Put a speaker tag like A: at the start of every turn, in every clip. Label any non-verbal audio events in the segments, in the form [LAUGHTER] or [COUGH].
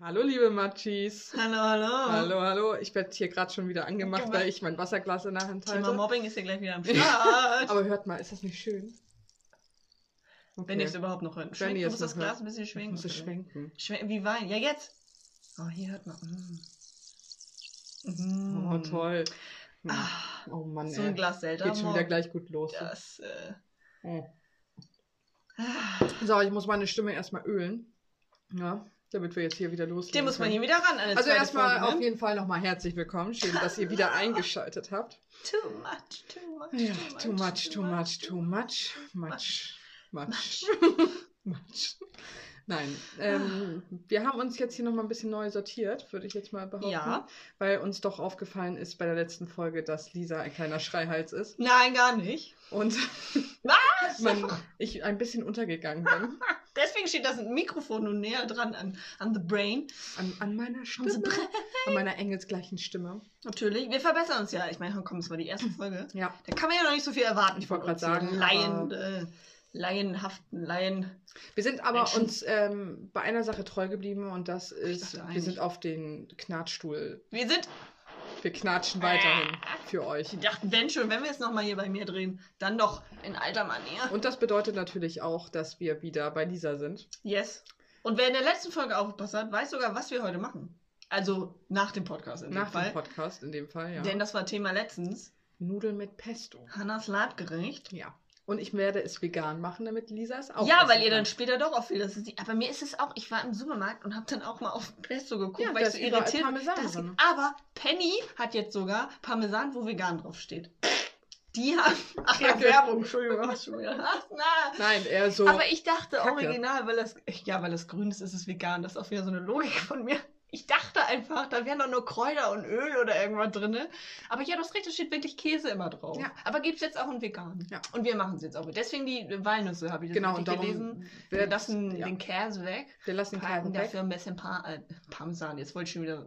A: Hallo, liebe Matschis.
B: Hallo, hallo.
A: Hallo, hallo. Ich werde hier gerade schon wieder angemacht,
B: Angemacht.
A: weil ich mein Wasserglas in der Hand
B: Thema
A: halte.
B: Mobbing ist ja
A: [LAUGHS]
B: gleich wieder am Start.
A: Aber hört mal, ist das nicht schön? Okay.
B: Wenn ihr es überhaupt noch hört.
A: Wenn
B: Schwenk,
A: ihr
B: du
A: es
B: musst das
A: noch
B: Glas ein bisschen schwenken.
A: Muss es schwenken.
B: Schwen wie Wein. Ja, jetzt. Oh, hier hört man. Mm. Mm.
A: Oh, toll. Ja.
B: Ah,
A: Oh Mann,
B: so
A: ey.
B: ein Glas Zelda.
A: Geht schon wieder
B: Mob.
A: gleich gut los.
B: Das, äh,
A: Oh.
B: ah.
A: So, ich muss meine Stimme erstmal ölen. Ja, damit wir jetzt hier wieder loslegen.
B: Den muss man
A: können.
B: hier wieder ran. an eine
A: Also
B: zweite
A: erstmal
B: Folge,
A: auf
B: ne?
A: jeden Fall nochmal herzlich willkommen. Schön, dass ihr wieder eingeschaltet habt.
B: Too much, too much.
A: Ja, too much, too much, too much, much, much, [LAUGHS] much. Nein, ähm,
B: Ah.
A: wir haben uns jetzt hier nochmal ein bisschen neu sortiert, würde ich jetzt mal behaupten.
B: Ja.
A: Weil uns doch aufgefallen ist bei der letzten Folge, dass Lisa ein kleiner Schreihals ist
B: Nein, gar nicht.
A: und [LAUGHS] man, ich ein bisschen untergegangen
B: [LAUGHS]
A: bin
B: Deswegen steht das Mikrofon nun näher dran an, an The Brain.
A: an, an meiner
B: An the
A: Stimme,
B: brain.
A: an meiner engelsgleichen Stimme.
B: Natürlich. Wir verbessern uns ja. Ich meine, komm, es war die
A: [CLEARS THROAT]
B: erste Folge.
A: Ja,
B: Da kann man ja noch nicht so viel erwarten.
A: Ich wollte
B: von
A: gerade
B: uns,
A: sagen,
B: ne? Laien, äh, laienhaften, Laien.
A: wir sind aber
B: Menschen.
A: uns ähm, bei einer Sache treu geblieben und das ist,
B: dachte
A: wir
B: eigentlich-
A: sind auf den Knatstuhl
B: Wir sind,
A: Wir knatschen weiterhin für euch.
B: die dachten, wenn schon, wenn wir es nochmal hier bei mir drehen, dann doch in alter Manier.
A: Und das bedeutet natürlich auch, dass wir wieder bei Lisa sind.
B: Yes. Und wer in der letzten Folge aufgepasst hat, weiß sogar, was wir heute machen. Also nach dem Podcast in
A: Nach
B: dem Fall.
A: dem Podcast in dem Fall, ja.
B: Denn das war Thema letztens.
A: Nudeln mit Pesto.
B: Hannas Labgericht.
A: Ja. Und ich werde es vegan machen, damit Lisa es auch.
B: ja,
A: essen
B: weil ihr
A: kann.
B: dann später doch auf viel das ist. Aber mir ist es auch, ich war im Supermarkt und habe dann auch mal auf Pesto geguckt,
A: Ja,
B: weil ich
A: da
B: so
A: ist überall
B: irritiert
A: Parmesan
B: Das,
A: drin.
B: aber Penny hat jetzt sogar Parmesan, wo vegan draufsteht. Die haben. Ach ja,
A: Kacke.
B: Werbung, Entschuldigung. Ach, schon wieder. [LAUGHS] Ach, na.
A: Nein, eher so.
B: Aber ich dachte
A: Kacke.
B: original, weil das, ja, weil das grün ist, ist es vegan. Das ist auch wieder so eine Logik von mir. Ich dachte einfach, da wären doch nur Kräuter und Öl oder irgendwas drin. Aber ja, das recht, da steht wirklich Käse immer drauf.
A: Ja.
B: Aber gibt es jetzt auch einen veganen.
A: Ja.
B: Und wir machen es jetzt auch. Deswegen die Walnüsse habe ich jetzt
A: genau, und
B: richtig
A: darum.
B: gelesen. Wir
A: wird-
B: lassen
A: ja,
B: den Käse weg.
A: wir lassen
B: Packen
A: Karten weg.
B: dafür ein bisschen pa äh, Parmesan. Jetzt wollte ich schon wieder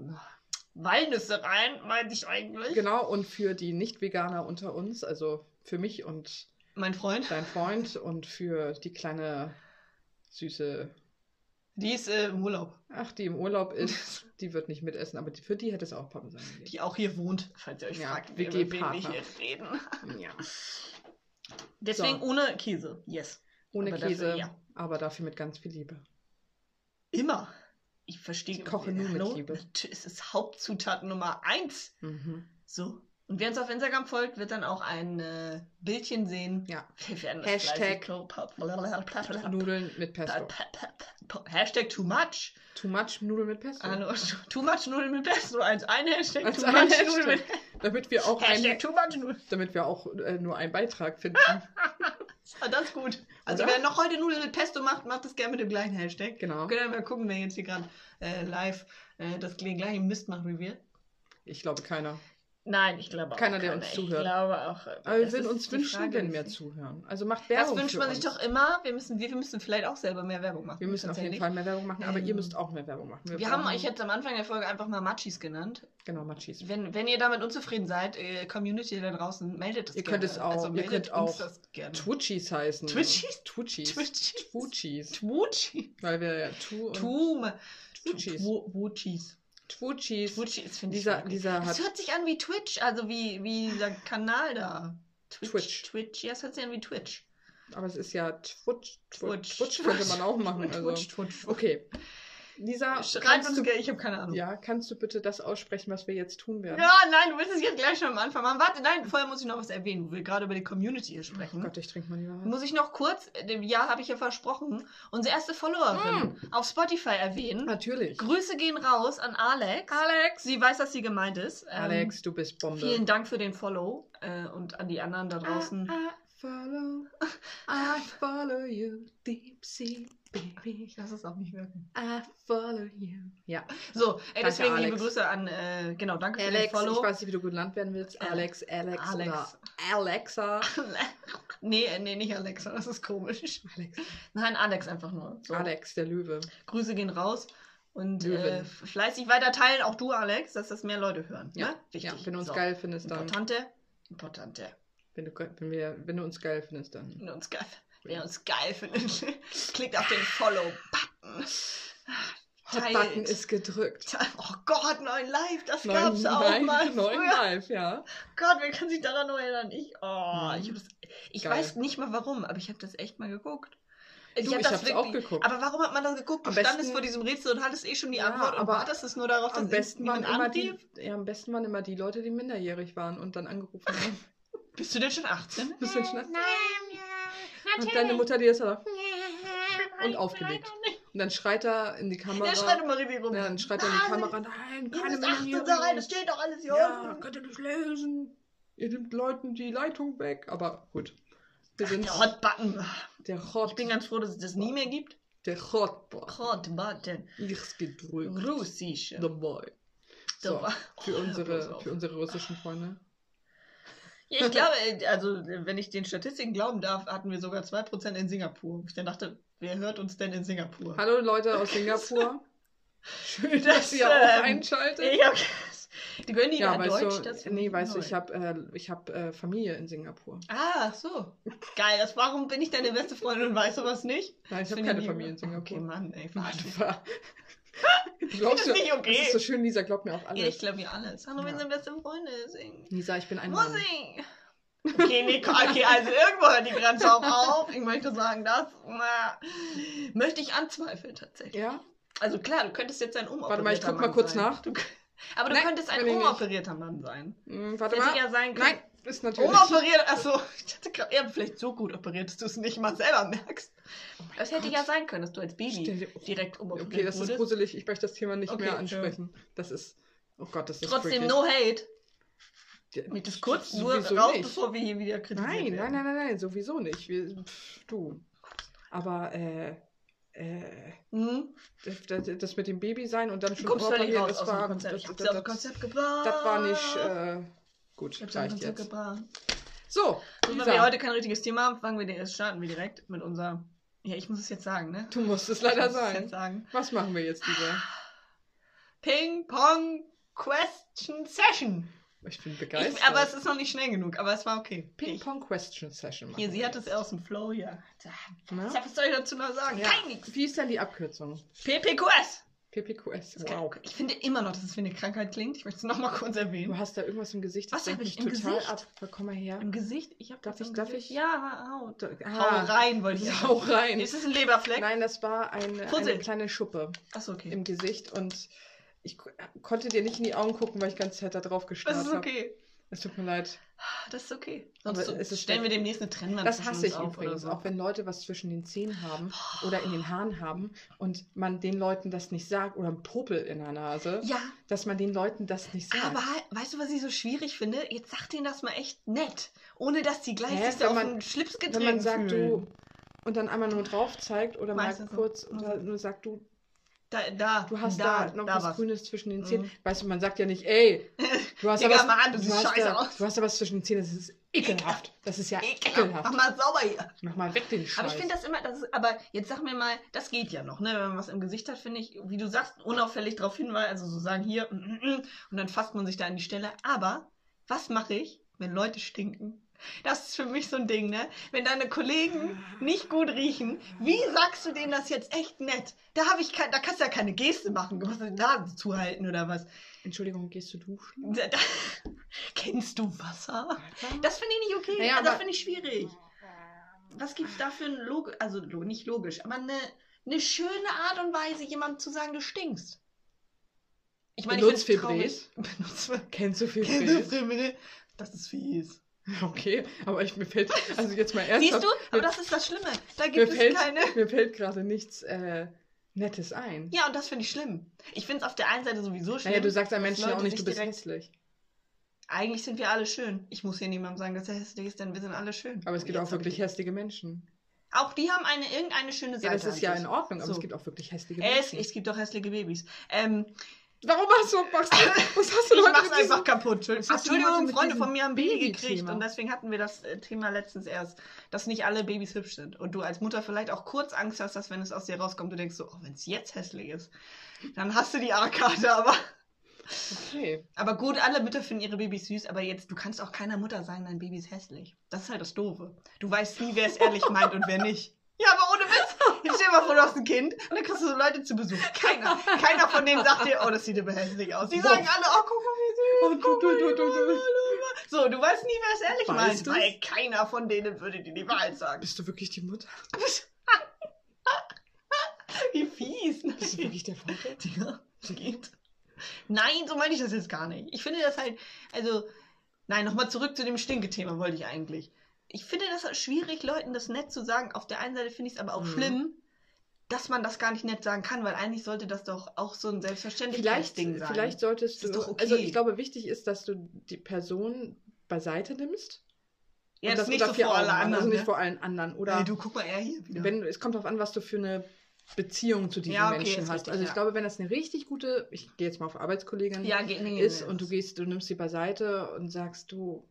B: Walnüsse rein, meinte ich eigentlich.
A: Genau, und für die Nicht-Veganer unter uns, also für mich und
B: Mein Freund,
A: dein Freund und für die kleine süße,
B: die ist äh, im Urlaub,
A: ach, die im Urlaub ist, die wird nicht mitessen, aber die, für die hätte es auch Parmesan gegeben.
B: die auch hier wohnt, falls ihr euch
A: Ja,
B: fragt,
A: WG
B: über wen wir
A: Partner.
B: hier reden.
A: Ja.
B: Deswegen ohne Käse, yes.
A: Ohne
B: Aber
A: Käse,
B: dafür, ja.
A: aber dafür mit ganz viel Liebe.
B: Immer. Ich verstehe.
A: Ich koche nur mit
B: Hallo?
A: Liebe.
B: Nat- Es ist Hauptzutat Nummer eins.
A: Mhm.
B: So. Und wer uns auf Instagram folgt, wird dann auch ein äh, Bildchen sehen.
A: Ja.
B: Wir werden
A: Hashtag
B: fleißig-
A: Nudeln mit Pesto.
B: Hashtag too much.
A: Too much Nudeln mit Pesto. [LAUGHS]
B: Hallo, also, too much Nudeln mit Pesto als ein Hashtag.
A: Als
B: too
A: ein
B: much
A: Also Hashtag.
B: Nudeln mit
A: [LAUGHS] Damit wir auch, ein,
B: Hashtag too much Nudeln.
A: damit wir auch äh, nur einen Beitrag
B: [LAUGHS]
A: finden.
B: Ah, das ist gut. Also
A: Oder?
B: wer noch heute Nudeln mit Pesto macht, macht das gerne mit dem gleichen Hashtag.
A: genau.
B: Können wir mal gucken, wer jetzt hier gerade äh, live äh, das den gleichen Mist macht wie wir.
A: Ich glaube keiner.
B: Nein, ich glaube auch.
A: Keiner, der
B: keiner.
A: uns zuhört.
B: Ich glaube auch. äh,
A: Aber wir
B: das
A: würden
B: ist
A: uns
B: die
A: wünschen,
B: Frage,
A: wenn
B: wie
A: mehr
B: viel-
A: zuhören. Also macht
B: Das
A: Werbung.
B: wünscht
A: für
B: man sich
A: uns.
B: doch immer. Wir müssen, wir, wir müssen vielleicht auch selber mehr Werbung machen.
A: Wir müssen auf jeden
B: tatsächlich.
A: Fall mehr Werbung machen, aber ihr
B: Ähm,
A: müsst auch mehr Werbung machen.
B: Wir haben
A: brauchen-
B: euch jetzt am Anfang der Folge einfach mal Machis genannt.
A: Genau, Machis.
B: Wenn, wenn ihr damit unzufrieden seid, äh, Community da draußen, meldet es
A: Ihr
B: gerne. Also
A: könnt es auch- ihr
B: meldet
A: könnt
B: uns
A: auch
B: das gerne.
A: Twitchies heißen.
B: Twitchies?
A: Twitchies.
B: Twitchies.
A: Twitchies.
B: Twitchies.
A: Weil wir ja Tu und
B: Tume.
A: Twitchies.
B: Twu- Twitchies.
A: Twitchies.
B: Twitchies finde ich.
A: Lisa,
B: wirklich-
A: Lisa
B: Es
A: hat
B: hört sich an wie Twitch, also wie, wie dieser Kanal da.
A: Twitch.
B: Twitch. Ja, es hört sich an wie Twitch.
A: Aber es ist ja Twitch. Twitch,
B: Twitch.
A: Twitch könnte man auch machen.
B: [LAUGHS] Twitch,
A: Also.
B: Twitch, Twitch.
A: Okay. Lisa,
B: Schreibt
A: kannst
B: uns,
A: du,
B: gell, ich habe keine Ahnung.
A: ja, kannst du bitte das aussprechen, was wir jetzt tun werden?
B: Ja, nein, du willst es jetzt gleich schon am Anfang machen. Warte, nein, vorher muss ich noch was erwähnen, wo wir gerade über die Community hier
A: Oh
B: sprechen.
A: Gott, ich trinke mal lieber was.
B: Muss ich noch kurz, äh, ja, habe ich ja versprochen, unsere erste Followerin
A: Mm.
B: auf Spotify erwähnen.
A: Natürlich.
B: Grüße gehen raus an Alex. Alex! Sie weiß, dass sie gemeint ist. Ähm,
A: Alex, du bist Bombe.
B: Vielen Dank Ah, für den Follow äh, und an die anderen da draußen.
A: I, I follow, I follow you, deep sea, baby.
B: Ich lasse es auch nicht wirken.
A: I follow you. Ja,
B: So, ey,
A: Danke,
B: deswegen liebe
A: Alex.
B: Grüße an, äh, genau, danke für
A: Alex,
B: den Follow.
A: ich weiß nicht, wie du genannt werden willst.
B: Äh,
A: Alex, Alex,
B: Alex. [LAUGHS]
A: oder Alexa.
B: nee, äh, nee, nicht Alexa, [LAUGHS] das ist komisch.
A: Alex.
B: Nein, [LAUGHS] Alex einfach nur. So.
A: Alex, der Löwe.
B: Grüße gehen raus. Und
A: Löwen.
B: äh, fleißig weiter teilen, auch du, Alex, dass das mehr Leute hören. ne?
A: Ja, wenn du uns geil findest, dann.
B: Importante, importante.
A: Wenn du, ge- wenn, wir, wenn du uns geil findest, dann.
B: Wenn ihr [LAUGHS] uns geil, wenn ihr uns geil findet, klickt auf den Follow-Button.
A: Hot Button ist gedrückt.
B: Oh Gott, neun Live, das
A: Neun-
B: gab's auch
A: nein,
B: mal
A: [LAUGHS] Neun
B: früher. Oh
A: Live, ja.
B: Gott, wer kann sich daran noch erinnern? Ich, oh,
A: Mhm.
B: ich, hab das, ich
A: Geil.
B: weiß nicht mal warum, aber ich habe das echt mal geguckt.
A: Du,
B: hab
A: ich hab's auch [LAUGHS] geguckt.
B: Aber warum hat man das geguckt? Du
A: Am
B: standest
A: besten-
B: vor diesem Rätsel und hattest eh schon die
A: Ja,
B: Antwort und
A: aber
B: wartest es nur darauf,
A: am
B: dass
A: besten waren
B: irgendjemand
A: immer die,
B: anrief.
A: ja, am besten waren immer die Leute, die minderjährig waren und dann angerufen
B: [LAUGHS]
A: haben.
B: Bist du denn schon 18?
A: [LAUGHS] Bist du denn schon 18?
B: Nein,
A: Und deine Mutter, die ist da.
B: Mutter
A: und aufgelegt. Und dann schreit er in die Kamera.
B: Der schreit immer richtig rum.
A: ja, dann schreit er in die
B: Nein,
A: Kamera. Nein,
B: Ihr
A: keine
B: müsst 18 sein, das
A: minderjährigen.
B: steht doch alles hier
A: Ja,
B: unten.
A: könnt ihr nicht lesen. Ihr nimmt Leuten die Leitung weg. Aber gut. Wir
B: Ach,
A: sind
B: Der Hot Button.
A: der
B: Ich bin
A: Hot,
B: ganz froh, dass es das nie mehr gibt.
A: der Hotbot.
B: Hot Button.
A: Ich's gedrückt.
B: Russisch.
A: Dabei. So,
B: Dabei.
A: für,
B: Oh, hör bloß [LAUGHS]
A: unsere,
B: auf.
A: für unsere russischen Freunde.
B: Ja, ich glaube, äh, also äh, wenn ich den Statistiken glauben darf, hatten wir sogar 2% in Singapur. Ich dann dachte, wer hört uns denn in Singapur?
A: Hallo Leute aus
B: [LAUGHS]
A: Singapur. Schön,
B: Das,
A: dass ihr
B: ähm,
A: auch einschaltet.
B: Ich hab, die gönnen die
A: Ja,
B: ja,
A: weißt
B: Deutsch.
A: du,
B: das finde
A: nee, weißt du,
B: neu.
A: ich habe äh, ich hab, äh, Familie in Singapur.
B: Ah, so. Geil, das, warum bin ich deine beste Freundin und weißt du was nicht?
A: Nein, ich habe
B: Finde
A: keine
B: nie-
A: Familie in
B: Okay,
A: Singapur.
B: Mann, ey.
A: Mann,
B: Mann.
A: war-
B: [LAUGHS]
A: Glaubst du,
B: das nicht okay?
A: das ist so schön, Lisa, glaubt mir auch
B: Ja, ich
A: alles.
B: glaube mir alles. Hallo, wenn
A: Ja.
B: sie beste Freunde singen.
A: Lisa, ich bin ein Mann.
B: Musik! Okay, nee, komm, okay, also irgendwo hört die Grenze auch auf. Ich möchte sagen, das na, möchte ich anzweifeln tatsächlich.
A: Ja?
B: Also klar, du könntest jetzt ein umoperierter
A: Warte mal, ich guck
B: Mann
A: mal kurz
B: sein.
A: nach.
B: Du, aber du
A: Nein,
B: könntest ein
A: kann ich nicht.
B: umoperierter Mann sein.
A: Hm, warte
B: Hätte
A: mal.
B: ja sein können.
A: Nein, ist natürlich.
B: Umoperiert, achso, ich hatte gerade, ja, vielleicht so gut operiert, dass du es nicht mal selber merkst. Das hätte ja sein können, dass du als Baby
A: Stell dir-
B: direkt umoperiert
A: Okay, das ist
B: wurdest.
A: gruselig. Ich möchte das Thema nicht
B: Okay,
A: mehr
B: ja.
A: ansprechen. Das ist. Oh Gott, das ist.
B: Trotzdem,
A: freaky.
B: no hate.
A: Ja,
B: Mit das kurz nur
A: sowieso
B: raus,
A: nicht.
B: bevor wir hier wieder kritisieren.
A: Nein, nein, nein, nein, nein, sowieso nicht. Wir, pff, du. Aber, äh, äh,
B: Hm?
A: das, das, das mit dem Baby sein und dann
B: Du
A: schon
B: kommst völlig
A: operieren,
B: raus aus dem Konzept.
A: das,
B: ich
A: das,
B: hab's auf
A: das,
B: ein Konzept gebracht.
A: das war nicht äh, gut.
B: Ich hab's auf ein
A: reicht
B: Konzept
A: jetzt.
B: gebracht.
A: So,
B: Und weil wir
A: Lisa,
B: heute kein richtiges Thema haben, fangen wir den, starten wir direkt mit unserer. Ja, ich muss es jetzt sagen, ne?
A: du musst es
B: Ich
A: leider
B: [LAUGHS] muss es Jetzt
A: sein.
B: sagen.
A: Was machen wir jetzt, Lisa?
B: Ping Pong Question Session.
A: Ich bin begeistert.
B: Ich, aber es ist noch nicht schnell genug, aber es war okay.
A: halt. Ping
B: Ich-
A: Pong Question Session. machen
B: Hier, sie
A: wir
B: hat es
A: jetzt.
B: aus dem Flow, ja. Da.
A: Na?
B: Was soll ich dazu noch sagen?
A: Ja.
B: Kein nix.
A: Wie ist denn die Abkürzung?
B: PPQS.
A: PPQS.
B: Das kann-
A: Wow.
B: Ich finde immer noch, dass es wie eine Krankheit klingt. Ich möchte es nochmal kurz
A: Du
B: erwähnen.
A: hast da irgendwas im Gesicht.
B: Was
A: Das
B: hab
A: lenkt mich
B: ich im
A: total
B: Gesicht?
A: ab. Aber Komm mal her.
B: Im Gesicht? Ich hab
A: Darf ich-
B: das im
A: darf
B: Gesicht.
A: ich?
B: Ja, hau.
A: Ah,
B: Hau rein, wollte ich
A: Sau rein.
B: Ist es ein Leberfleck?
A: Nein, das war ein, eine
B: Fussel.
A: kleine Schuppe
B: Achso, okay.
A: im Gesicht und ich ko- konnte dir nicht in die Augen gucken, weil ich die ganze Zeit da drauf
B: Das
A: gestarrt
B: ist
A: habe.
B: okay. Ah,
A: Es tut mir leid.
B: Das ist okay.
A: Aber
B: Sonst
A: es ist
B: stellen wir
A: schlecht.
B: demnächst eine Trennwand
A: Das
B: zwischen
A: hasse ich
B: uns auf oder
A: übrigens,
B: so.
A: auch wenn Leute was zwischen den Zähnen haben oder in den Haaren haben und man den Leuten das nicht sagt oder einen Popel in der Nase,
B: Ja,
A: dass man den Leuten das nicht sagt.
B: Aber weißt du, was ich so schwierig finde? Jetzt sagt ihnen das mal echt nett, ohne dass die gleich
A: Hä?
B: sich da
A: Wenn
B: auf
A: man-
B: den Schlips getreten
A: wenn man sagt,
B: fühlen.
A: du und dann einmal nur drauf zeigt oder mal
B: Meistens so.
A: kurz oder nur sagt, du,
B: da, da,
A: du hast da,
B: da,
A: noch
B: da
A: was
B: war's.
A: Grünes zwischen den Zähnen.
B: Mhm.
A: Weißt du, man sagt ja nicht,
B: [LAUGHS]
A: ey, du hast da
B: Digga,
A: was,
B: Mann, du siehst
A: hast
B: scheiße
A: da,
B: aus.
A: du hast da was zwischen den Zähnen, das ist ekelhaft. Das ist ja
B: Ekelhaft. Mach
A: ekelhaft.
B: mal sauber hier.
A: Mach mal weg den Scheiß.
B: Aber ich finde das immer, das ist, aber jetzt sag mir mal, das geht ja noch, ne? Wenn man was im Gesicht hat, finde ich, wie du sagst, unauffällig darauf hinweisen, also so sagen hier, mm, mm, mm, und dann fasst man sich da an die Stelle. Aber was mache ich, wenn Leute stinken? Das ist für mich so ein Ding, ne? Wenn deine Kollegen nicht gut riechen, wie sagst du denen das jetzt echt nett? Da habe ich kein, da kannst du ja keine Geste machen, du musst die Nase zuhalten oder was.
A: Entschuldigung, gehst du duschen?
B: Da, [LAUGHS] da, kennst du Wasser? Das finde ich nicht okay.
A: Naja,
B: das
A: aber-
B: finde ich schwierig. Was gibt es da für ein Log also lo- nicht logisch, aber eine, eine schöne Art und Weise, jemandem zu sagen, du stinkst. Ich
A: Benutzt Febreze?
B: find's traurig. [LAUGHS] Benutzt Febreze.
A: Kennst du viel
B: Kennst
A: [LAUGHS]
B: du Febreze? Das ist fies.
A: Okay, aber ich, mir fällt, also jetzt mal ernsthaft.
B: Siehst du? Aber
A: mir-
B: das ist das Schlimme. Da
A: mir
B: gibt es
A: fällt,
B: keine.
A: Mir fällt gerade nichts äh, Nettes ein.
B: Ja, und das finde ich schlimm. Ich finde es auf der einen Seite sowieso schlimm.
A: Naja, du sagst einem
B: dass
A: Menschen ja auch
B: Leute
A: nicht,
B: sich
A: du bist
B: direkt-
A: hässlich.
B: Eigentlich sind wir alle schön. Ich muss hier niemandem sagen, dass er hässlich ist, denn wir sind alle schön.
A: Aber es gibt
B: Jetzt
A: auch
B: hab
A: wirklich
B: ich-
A: hässliche Menschen.
B: Auch die haben eine, irgendeine schöne Seite.
A: Ja, das ist
B: an
A: ja
B: sich.
A: in Ordnung, aber
B: So.
A: es gibt auch wirklich hässliche
B: Es,
A: Menschen.
B: es gibt auch hässliche Babys. Ähm,
A: Warum machst du, machst du,
B: [LAUGHS]
A: was hast du
B: ich
A: Leute
B: mach's
A: mit diesem-
B: einfach kaputt.
A: Was
B: Entschuldigung,
A: hast du heute
B: Entschuldigung
A: mit
B: Freunde
A: diesem
B: von mir haben Baby gekriegt
A: Baby-Thema?
B: und deswegen hatten wir das äh, Thema letztens erst, dass nicht alle Babys hübsch sind. Und du als Mutter vielleicht auch kurz Angst hast, dass wenn es aus dir rauskommt, du denkst so, oh, wenn es jetzt hässlich ist, dann hast du die A-Karte. Aber,
A: Okay.
B: aber gut, alle Mütter finden ihre Babys süß, aber jetzt, du kannst auch keiner Mutter sagen, dein Baby ist hässlich. Das ist halt das Doofe. Du weißt nie, wer es ehrlich meint und wer nicht. Ja, aber ohne Witz. Jetzt stell dir mal vor, du hast ein Kind und dann kriegst du so Leute zu Besuch. Keiner, keiner von denen sagt dir, oh, das sieht aber hässlich aus. Die sagen
A: Boah.
B: alle, oh, guck mal, wie süß.
A: Oh, du,
B: guck
A: du,
B: mal,
A: du, du,
B: hallo,
A: du.
B: hallo, hallo. So, du weißt nie, wer es ehrlich
A: Weißt
B: meint,
A: du's?
B: weil keiner von denen würde dir die
A: [LAUGHS]
B: Wahrheit sagen.
A: Bist du wirklich die Mutter?
B: Wie fies.
A: Bist
B: [LAUGHS]
A: du wirklich der Vater?
B: Digga, das geht. Nein, so meine ich das jetzt gar nicht. Ich finde das halt, also, nein, nochmal zurück zu dem Stinke-Thema wollte ich eigentlich. Ich finde das halt schwierig, Leuten das nett zu sagen. Auf der einen Seite finde ich es aber auch
A: Mhm.
B: schlimm, dass man das gar nicht nett sagen kann, weil eigentlich sollte das doch auch so ein
A: Vielleicht,
B: Selbstverständlichkeitsding sein.
A: vielleicht solltest du.
B: Ist doch okay.
A: Also ich glaube, wichtig ist, dass du die Person beiseite nimmst.
B: ja,
A: und
B: das
A: das
B: nicht
A: unter
B: so
A: vier
B: vor
A: Augen
B: alle
A: machen,
B: anderen.
A: Also nicht
B: ne?
A: vor allen anderen. Oder
B: Ey, du guck mal, er hier wieder.
A: wenn, es kommt darauf an, was du für eine Beziehung zu diesen
B: Ja, okay,
A: Menschen
B: ist
A: hast.
B: richtig,
A: also ich
B: ja.
A: glaube, wenn das eine richtig gute, ich gehe jetzt mal auf Arbeitskollegin
B: ja, geht nee,
A: ist
B: nee,
A: und du
B: das-
A: gehst, du nimmst sie beiseite und sagst, du,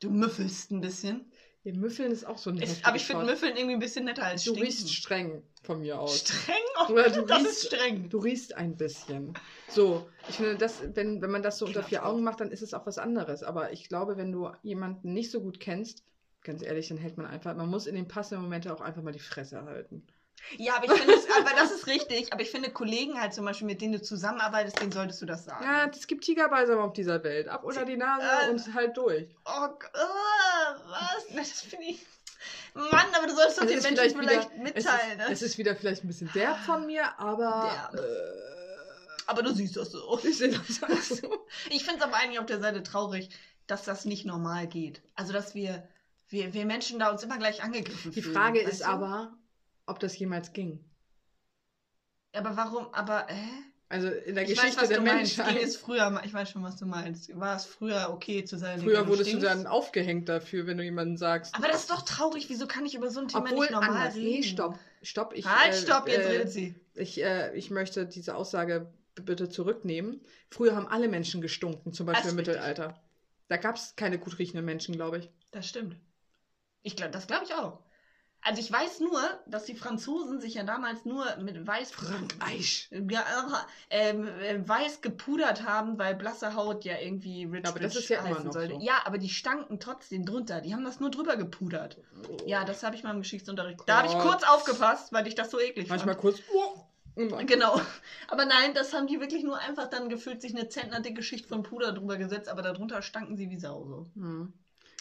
B: Du müffelst ein bisschen.
A: ihr Müffeln ist auch so ein
B: Ist,
A: heftiges
B: aber ich finde
A: Wort.
B: Müffeln irgendwie ein bisschen netter als
A: Du
B: stinken.
A: riechst streng von mir aus.
B: streng. Oh,
A: Oder du
B: [LAUGHS] das
A: riechst-
B: ist streng.
A: Du riechst ein bisschen. So, ich finde, das, wenn, wenn man das so unter vier
B: Knapsbrot.
A: Augen macht, dann ist es auch was anderes. Aber ich glaube, wenn du jemanden nicht so gut kennst, ganz ehrlich, dann hält man einfach, man muss in den passenden Momenten auch einfach mal die Fresse halten.
B: Ja, aber ich finde, es- aber das ist richtig. Aber ich finde, Kollegen halt zum Beispiel, mit denen du zusammenarbeitest, denen solltest du das sagen.
A: Ja, es gibt Tigerbalsam auf dieser Welt. Ab unter die Nase
B: Äh.
A: und halt durch.
B: Oh, G- ah, was? Na, das finde ich. Mann, aber du solltest doch
A: Es
B: den
A: ist
B: Menschen
A: vielleicht
B: vielleicht,
A: wieder- Es ist,
B: mitteilen. ne?
A: es ist wieder vielleicht ein bisschen derb von mir, aber.
B: Derb. aber du siehst das so.
A: Äh, [LAUGHS] ich sehe das auch so.
B: [LAUGHS] Ich finde es aber eigentlich auf der Seite traurig, dass das nicht normal geht. Also, dass wir, wir, wir Menschen da uns immer gleich angegriffen
A: Die
B: fühlen.
A: Frage
B: weißt
A: ist
B: du?
A: aber, ob das jemals ging.
B: Aber warum? Aber, hä?
A: Also in der
B: ich
A: Geschichte
B: weiß, was
A: der
B: du meinst.
A: Menschheit.
B: Ging es früher, mal- ich weiß schon, was du meinst. War es früher okay zu sein?
A: Früher
B: du
A: wurdest du
B: stinkst?
A: dann aufgehängt dafür, wenn du jemanden sagst.
B: Aber das ist doch traurig. Wieso kann ich über so ein Thema
A: Obwohl,
B: nicht normal
A: anders.
B: reden?
A: Nee, stopp. Stopp. Ich,
B: halt,
A: äh,
B: stopp, jetzt
A: äh,
B: redet sie.
A: Ich, äh, ich möchte diese Aussage b- bitte zurücknehmen. Früher haben alle Menschen gestunken, zum Beispiel
B: Das
A: im
B: ist richtig.
A: Mittelalter. Da gab es keine gut riechenden Menschen, glaube ich.
B: Das stimmt. Ich glaube, das glaube ich auch. Also ich weiß nur, dass die Franzosen sich ja damals nur mit weiß
A: Frank Eisch.
B: ja, ähm, äh, weiß gepudert haben, weil blasse Haut ja irgendwie rich,
A: Ja, aber das
B: rich
A: ist ja immer
B: heißen
A: noch
B: sollte.
A: so.
B: Ja, aber die stanken trotzdem drunter. Die haben das nur drüber gepudert. Ja, das habe ich mal im Geschichtsunterricht. Da habe ich kurz aufgepasst, weil ich das so eklig
A: Manchmal
B: fand.
A: kurz. oh, Immer.
B: [LAUGHS] Genau. Aber nein, das haben die wirklich nur einfach dann gefühlt sich eine zentnerdicke Schicht von Puder drüber gesetzt, aber darunter stanken sie wie Sau. So.
A: Hm.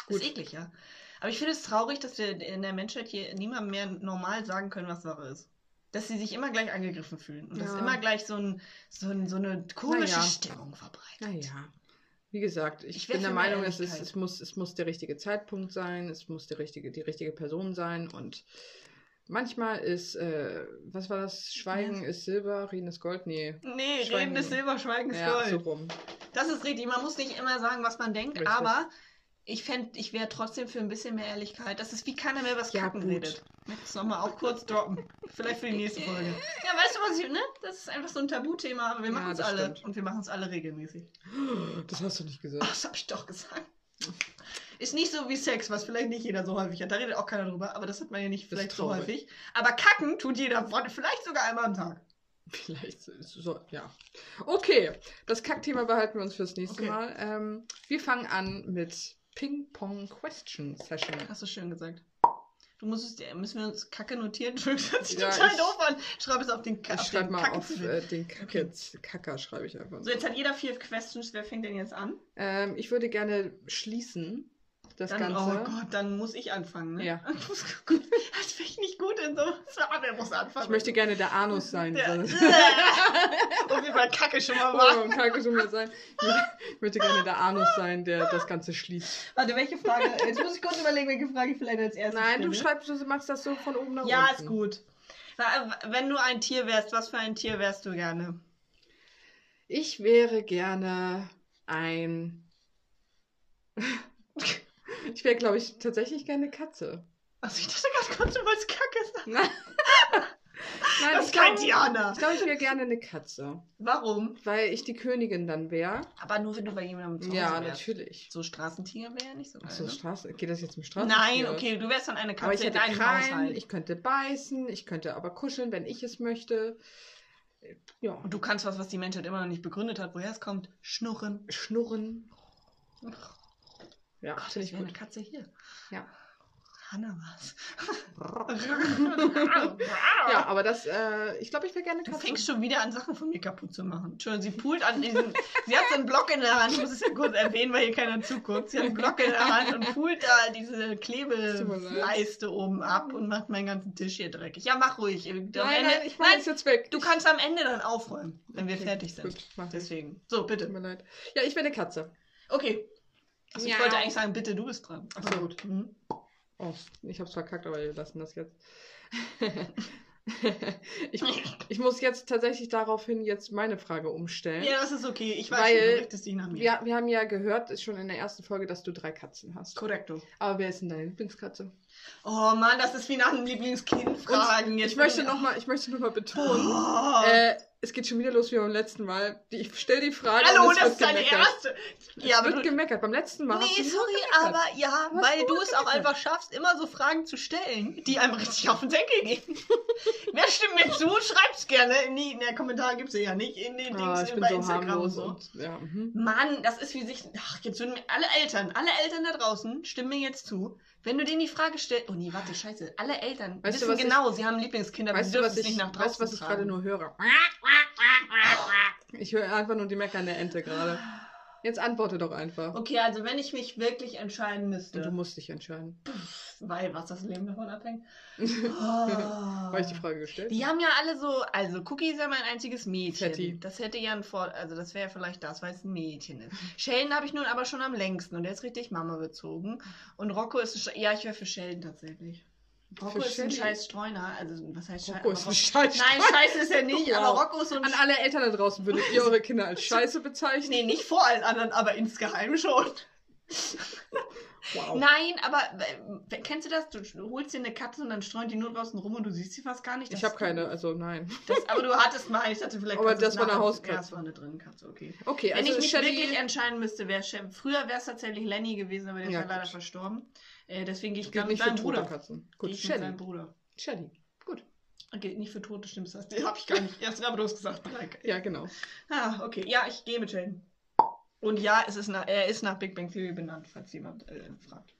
B: Ist
A: Gut.
B: eklig, ja. Aber ich finde es traurig, dass wir in der Menschheit hier niemandem mehr normal sagen können, was Sache ist. Dass sie sich immer gleich angegriffen fühlen. Und dass
A: Ja.
B: immer gleich so, ein, so, ein, so eine komische
A: Naja.
B: Stimmung verbreitet.
A: Naja. Wie gesagt, ich,
B: Ich wär
A: bin der
B: für mehr
A: Meinung, es, ist,
B: Ehrlichkeit.
A: es, muss, es muss der richtige Zeitpunkt sein, es muss der richtige, die richtige Person sein und manchmal ist, äh, was war das? Schweigen ist Silber, Reden ist Gold? Nee.
B: Nee,
A: Schweigen.
B: Reden ist Silber, Schweigen ist
A: Ja, so
B: Gold.
A: rum.
B: Das ist richtig. Man muss nicht immer sagen, was man denkt,
A: Richtig.
B: aber ich fänd, ich wäre trotzdem für ein bisschen mehr Ehrlichkeit. Das ist wie keiner mehr was
A: Ja,
B: Kacken
A: gut.
B: redet. Ich möchte es nochmal auch kurz droppen. Vielleicht für die nächste Folge. [LAUGHS] Ja, weißt du was, ich, ne? Das ist einfach so ein Tabuthema, aber wir
A: Ja,
B: machen es
A: das
B: alle.
A: stimmt.
B: Und wir machen es alle regelmäßig.
A: [LAUGHS] Das hast du nicht
B: Ach,
A: gesagt.
B: das habe ich doch gesagt. Ist nicht so wie Sex, was vielleicht nicht jeder so häufig hat. Da redet auch keiner drüber, aber das hat man ja
A: Das
B: nicht
A: ist
B: vielleicht so
A: traurig.
B: häufig. Aber kacken tut jeder, vielleicht sogar einmal am Tag.
A: Vielleicht so, ja. Okay, das Kackthema behalten wir uns fürs nächste
B: Okay.
A: Mal. Ähm, wir fangen an mit Ping-Pong-Question-Session.
B: Hast du schön gesagt. Du musst es dir, müssen wir uns Kacke notieren? [LAUGHS] Das hört sich
A: Ja,
B: total
A: ich-
B: doof an. Schreib es auf den Ka-
A: Ich
B: auf den
A: schreibe mal auf
B: Kackenzettel.
A: äh, den Kacke, Kacker, schreibe ich einfach.
B: So, jetzt hat jeder vier Questions. Wer fängt denn jetzt an?
A: Ähm, ich würde gerne schließen das
B: dann,
A: Ganze.
B: Oh Gott, dann muss ich anfangen, ne? [LAUGHS]
A: Ja.
B: Gut, das finde ich nicht gut in so. Ah, Wer muss anfangen?
A: ich möchte gerne der Anus sein.
B: Ja.
A: so.
B: [LAUGHS] Und wie bei Kacke schon mal
A: [LAUGHS]
B: war.
A: Oh, und Kacke schon mal sein. Ich möchte gerne der Anus sein, der das Ganze schließt.
B: Warte, welche Frage? Jetzt muss ich kurz überlegen, welche Frage ich vielleicht als erstes.
A: Nein, du
B: stelle.
A: schreibst, du machst das so von oben nach
B: Ja,
A: unten.
B: ist gut. Na, äh, Wenn du ein Tier wärst, was für ein Tier wärst du gerne?
A: Ich wäre gerne ein. [LAUGHS] Ich wäre, glaube ich, tatsächlich gerne Katze.
B: Also ich dachte gerade kurz, du wolltest Kacke sagen.
A: Nein,
B: Das ist
A: ich
B: kein
A: glaube-
B: Diana.
A: Ich glaube, ich wäre gerne eine Katze,
B: Warum?
A: weil ich die Königin dann wäre.
B: Aber nur, wenn du bei jemandem zu Hause
A: Ja,
B: wärst.
A: natürlich.
B: So Straßentiger wäre ja nicht so geil.
A: Achso,
B: ne?
A: Straße. Geht das jetzt um Straßen?
B: Nein, okay, du wärst dann eine
A: Aber ich
B: Katze in
A: hätte
B: deinem
A: Krallen,
B: Haushalt.
A: ich könnte beißen, ich könnte aber kuscheln, wenn ich es möchte. Ja,
B: Und du kannst was, was die Menschheit immer noch nicht begründet hat, woher es kommt, schnurren.
A: schnurren.
B: Oh
A: Ja,
B: Gott,
A: finde ich
B: ich wäre eine
A: gut.
B: Katze hier.
A: Ja.
B: Hanna war's.
A: [LAUGHS]
B: [LAUGHS]
A: Ja, aber das, äh, ich glaube, ich wäre gerne
B: Du
A: Katze.
B: fängst schon wieder an, Sachen von mir kaputt zu machen. Entschuldigung, sie pult an diesen. sie hat so einen Block in der Hand, ich muss es kurz erwähnen, weil hier keiner zuguckt. Sie hat einen Block in der Hand und pult da diese
A: Tut mir leid.
B: Klebeleiste oben ab und macht meinen ganzen Tisch hier dreckig. Ja, mach ruhig. Am
A: Nein,
B: Ende-
A: nein, ich meine es jetzt weg.
B: du
A: Ich-
B: kannst am Ende dann aufräumen, wenn wir
A: Okay,
B: fertig sind.
A: Gut, mach ich.
B: Deswegen. So,
A: Tut
B: bitte.
A: mir leid. Ja, ich werde Katze.
B: Okay. Also ich
A: Ja.
B: wollte eigentlich sagen, bitte, du bist dran.
A: Ach so.
B: gut. Mhm.
A: Oh, ich hab's verkackt, aber wir lassen das jetzt. [LAUGHS] ich, ich muss jetzt tatsächlich daraufhin jetzt meine Frage umstellen.
B: Ja, das ist okay. Ich weiß,
A: Weil-
B: du richtest dich nach mir.
A: Wir, wir haben ja gehört, ist schon in der ersten Folge, dass du drei Katzen hast.
B: Korrekto.
A: Aber wer ist denn deine Lieblingskatze?
B: Oh Mann, das ist wie nach einem Lieblingskind fragen. Jetzt
A: Ich möchte
B: bin-
A: nochmal noch mal- ich möchte noch mal betonen,
B: Oh.
A: äh, es geht schon wieder los wie beim letzten Mal. Die- Ich stelle die Frage
B: Hallo,
A: und es
B: das
A: wird
B: ist deine
A: gemeckert.
B: erste. Ja,
A: es
B: aber
A: wird
B: du,
A: gemeckert. Beim letzten Mal hast
B: nee,
A: du nicht
B: sorry,
A: gemeckert.
B: aber ja,
A: hast
B: weil
A: du
B: du
A: gut
B: es auch
A: gemeckert.
B: einfach schaffst, immer so Fragen zu stellen, die einem richtig auf den Senkel
A: [LAUGHS]
B: gehen. Wer stimmt mir zu? Schreibt's gerne. In die, in der Kommentare gibt's ja nicht. In den
A: Ah,
B: Dings
A: ich bin
B: über
A: so
B: Instagram und
A: harmlos.
B: so.
A: Und, ja, mhm.
B: Mann, das ist wie sich. Ach, jetzt würden mir alle Eltern, alle Eltern da draußen stimmen mir jetzt zu. Wenn du denen die Frage stellst. Oh nee, warte, scheiße. Alle Eltern
A: Weißt du,
B: wissen
A: was ich-
B: genau, sie haben Lieblingskinder, aber
A: Weißt
B: sie
A: du,
B: dürfen
A: was
B: es
A: ich,
B: nicht nach draußen
A: weißt, du, was ich gerade
B: tragen.
A: nur höre? Ich höre einfach nur die meckernde Ente gerade. Jetzt antworte doch einfach.
B: Okay, also wenn ich mich wirklich entscheiden
A: Und du
B: müsste,
A: musst dich entscheiden.
B: weil was das Leben davon
A: [LAUGHS]
B: abhängt.
A: Habe ich
B: Oh.
A: die Frage gestellt?
B: Die haben ja alle so, also Cookie ist ja mein einziges Mädchen.
A: Fetti.
B: Das hätte ja ein Vor, also das wäre ja vielleicht das, weil es ein Mädchen ist. Sheldon habe ich nun aber schon am längsten und der ist richtig Mama bezogen. Und Rocco ist, ein Sch- ja, ich wäre für Sheldon tatsälich.
A: Für
B: Rocco ist
A: Sheldon?
B: ein scheiß Streuner, also was heißt
A: Rocco ist ein
B: Scheiß?
A: Scheiß.
B: Nein, scheiße ist er nicht,
A: Wow.
B: aber Rocco ist so ein
A: An alle Eltern da draußen würdet ihr eure Kinder als Scheiße bezeichnen?
B: Nee, nicht vor allen anderen, aber insgeheim schon.
A: Wow.
B: Nein, aber äh, kennst du das? Du holst dir eine Katze und dann streuen die nur draußen rum und du siehst sie fast gar nicht. Das
A: ich habe
B: ist-
A: keine, also nein.
B: Das, aber du hattest mal, ich dachte vielleicht.
A: Aber
B: kannst du
A: das
B: es
A: war eine
B: nachher-
A: Hauskatze.
B: Ja, das war eine Drinnenkatze, okay.
A: Okay,
B: Wenn
A: also
B: ich mich
A: Shelley-
B: wirklich entscheiden müsste, wäre Shem. Früher wäre es tatsächlich Lenny gewesen, aber der
A: Ja,
B: ist ja leider
A: gut.
B: verstorben. Äh, deswegen gehe ich
A: gilt
B: gar mit
A: nicht für
B: seinem
A: tote
B: Bruder.
A: Katzen.
B: Gehe
A: Gut,
B: ich mit seinem
A: Shelly.
B: Bruder.
A: Shelly. Gut.
B: Gilt nicht für Tote, stimmt das? Den habe ich gar nicht. Erst aber du hast gesagt, drei.
A: Ja, genau.
B: Ah, okay. Ja, ich gehe mit Sheldon. Und ja, es ist nach, er ist nach Big Bang Theory benannt, falls jemand äh, fragt.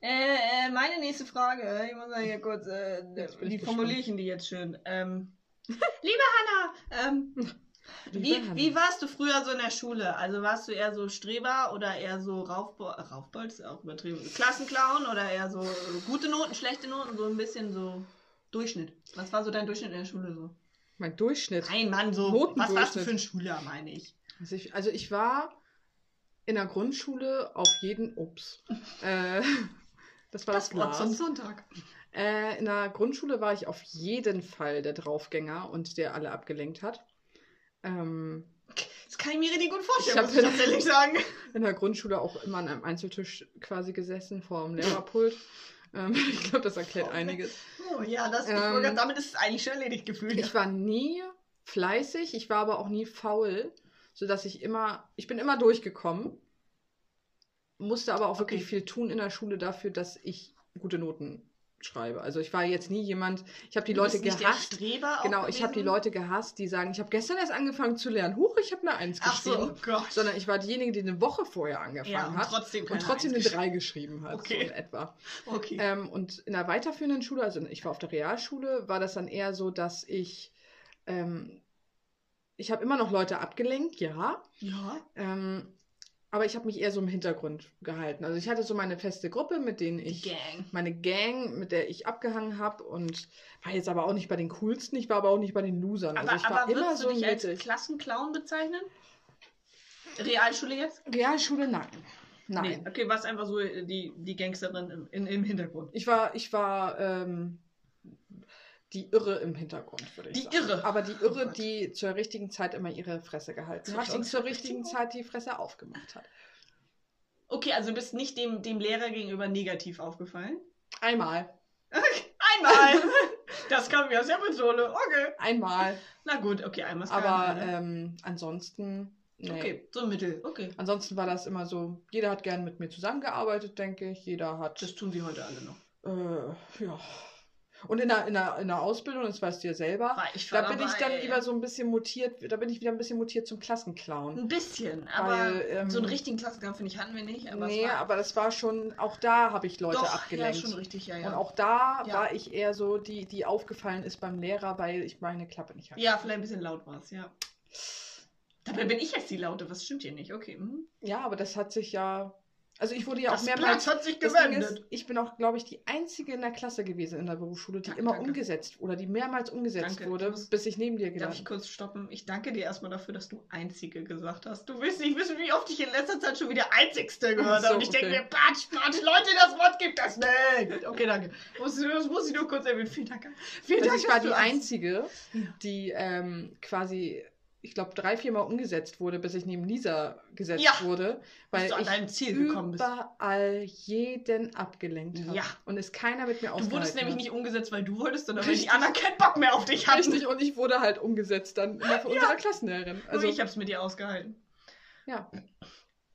B: Äh, äh, meine nächste Frage, ich muss mal hier kurz, äh,
A: Jetzt bin
B: wie
A: ich
B: formuliere ich denn die jetzt schön? [LAUGHS] Ähm, liebe Hanna, ähm, wie,
A: Liebe Hanna.
B: wie warst du früher so in der Schule? Also warst du eher so Streber oder eher so Raufbo Raufbold, ist auch übertrieben, Klassenclown oder eher so äh, gute Noten, schlechte Noten, so ein bisschen so Durchschnitt? Was war so dein Durchschnitt in der Schule so?
A: Mein Durchschnitt.
B: Nein, Mann, so.
A: Notendurchschnitt.
B: Was warst du für ein Schüler, meine ich?
A: Also ich, also ich war in der Grundschule auf jeden Ups. äh, das war das,
B: Das Wort
A: Glas.
B: zum Sonntag.
A: Äh, in der Grundschule war ich auf jeden Fall der Draufgänger und der alle abgelenkt hat. Ähm,
B: Das kann ich mir richtig gut
A: Ich
B: vorstellen,
A: hab-
B: muss [LAUGHS] ich tatsächlich sagen.
A: in der Grundschule auch immer an einem Einzeltisch quasi gesessen, vor dem Lehrerpult. ähm, [LAUGHS] ich glaube, das erklärt
B: Vor dem
A: einiges.
B: Oh ja, das, ich
A: Ähm,
B: wollte gerade- damit ist es eigentlich schon erledigt gefühlt.
A: Ich war nie fleißig, ich war aber auch nie faul, sodass ich immer, ich bin immer durchgekommen, musste aber auch wirklich
B: Okay.
A: viel tun in der Schule dafür, dass ich gute Noten schreibe. Also ich war jetzt nie jemand, ich habe die
B: Du
A: Leute
B: bist nicht
A: gehasst.
B: Der Streber auch
A: Genau, ich habe die
B: gewesen?
A: Leute gehasst, die sagen, ich habe gestern erst angefangen zu lernen. Huch, ich habe eine Eins
B: Ach so, oh
A: geschrieben.
B: Gott.
A: Sondern ich war diejenige, die eine Woche vorher angefangen
B: ja, und
A: hat
B: trotzdem
A: und
B: keine
A: trotzdem eine
B: Eins.
A: Drei geschrieben hat,
B: Okay.
A: so in etwa.
B: Okay.
A: Ähm, und in der weiterführenden Schule, also ich war auf der Realschule, war das dann eher so, dass ich, ähm, ich habe immer noch Leute abgelenkt, ja,
B: ja.
A: ähm, aber ich habe mich eher so im Hintergrund gehalten. Also ich hatte so meine feste Gruppe, mit denen
B: Die
A: ich
B: Gang.
A: meine Gang, mit der ich abgehangen habe und war jetzt aber auch nicht bei den coolsten, ich war aber auch nicht bei den Losern.
B: Aber,
A: also ich war
B: aber
A: immer
B: würdest
A: so
B: du dich als
A: mittig.
B: Klassenclown bezeichnen? Realschule jetzt?
A: Realschule, nein. Nein.
B: Nee. Okay, warst einfach so äh, die, die Gangsterin im, in, im Hintergrund.
A: Ich war, ich war ähm, die Irre im Hintergrund, würde ich
B: Die
A: sagen.
B: Irre.
A: Aber die
B: Oh
A: Irre,
B: Gott.
A: die zur richtigen Zeit immer ihre Fresse gehalten
B: Zur
A: hat und
B: richtigen-
A: zur richtigen Zeit die Fresse aufgemacht hat.
B: Okay, also du bist nicht dem, dem Lehrer gegenüber negativ aufgefallen?
A: Einmal.
B: Einmal! [LAUGHS] das kam mir aus der Pistole. Okay. [LAUGHS]
A: Einmal.
B: Na gut, okay, einmal ist
A: Aber
B: keiner, ne?
A: ähm, ansonsten. Nee.
B: Okay, so ein Mittel. Okay.
A: Ansonsten war das immer so, jeder hat gern mit mir zusammengearbeitet, denke ich. Jeder hat.
B: Das tun sie heute alle noch.
A: Äh, ja. Und in der, in, der, in der Ausbildung, das weißt du ja selber,
B: War ich
A: da
B: schon
A: bin ich dann
B: dabei.
A: lieber so ein bisschen mutiert, da bin ich wieder ein bisschen mutiert zum Klassenclown.
B: Ein bisschen, aber
A: Weil, ähm,
B: so einen richtigen Klassenkampf finde ich hatten wir nicht. Aber
A: nee,
B: es war
A: aber das war schon, auch da habe ich Leute
B: doch,
A: abgelenkt.
B: Ja, schon richtig, ja, ja.
A: Und auch da
B: Ja.
A: war ich eher so, die, die aufgefallen ist beim Lehrer, weil ich meine Klappe nicht hatte.
B: ja, vielleicht ein bisschen laut war es, ja. Dabei bin ich jetzt die Laute, was stimmt hier nicht? Okay. mhm.
A: Ja, aber das hat sich ja. Also ich wurde ja
B: Das
A: auch mehrmals.
B: Blatt hat sich
A: Das Ding
B: gewendet.
A: ist, ich bin auch, glaube ich, die einzige in der Klasse gewesen in der Berufsschule, die
B: Danke,
A: immer
B: danke.
A: umgesetzt oder die mehrmals umgesetzt
B: Danke,
A: wurde,
B: Thomas.
A: bis ich neben dir
B: Darf ich
A: gelandet
B: kurz stoppen? Ich danke dir erstmal dafür, dass du Einzige gesagt hast. Du willst nicht wissen, wie oft ich in letzter Zeit schon wieder Einzigste gehört
A: Ach so,
B: habe. Und ich denke
A: okay.
B: mir, Patsch, Patsch, Leute, das Wort gibt das nicht. Okay, danke. Muss, das muss ich nur kurz erwähnen. Vielen Dank. Vielen
A: Also
B: Dank,
A: ich war
B: dass
A: die
B: du Einz-
A: einzige,
B: Ja.
A: die ähm, quasi, ich glaube, drei, viermal umgesetzt wurde, bis ich neben Lisa gesetzt
B: Ja.
A: wurde,
B: Bis
A: weil
B: du an
A: ich
B: deinem Ziel gekommen bist.
A: überall jeden abgelenkt habe.
B: Ja.
A: Und es keiner mit mir
B: Du wurdest
A: aufgehalten
B: nämlich
A: hat.
B: nicht umgesetzt, weil du wolltest, sondern weil die
A: Richtig.
B: anderen keinen Bock mehr auf dich hatten.
A: Richtig, und ich wurde halt umgesetzt dann immer von unserer Klassenlehrerin.
B: Also
A: Also,
B: ich hab's mit dir ausgehalten.
A: ja.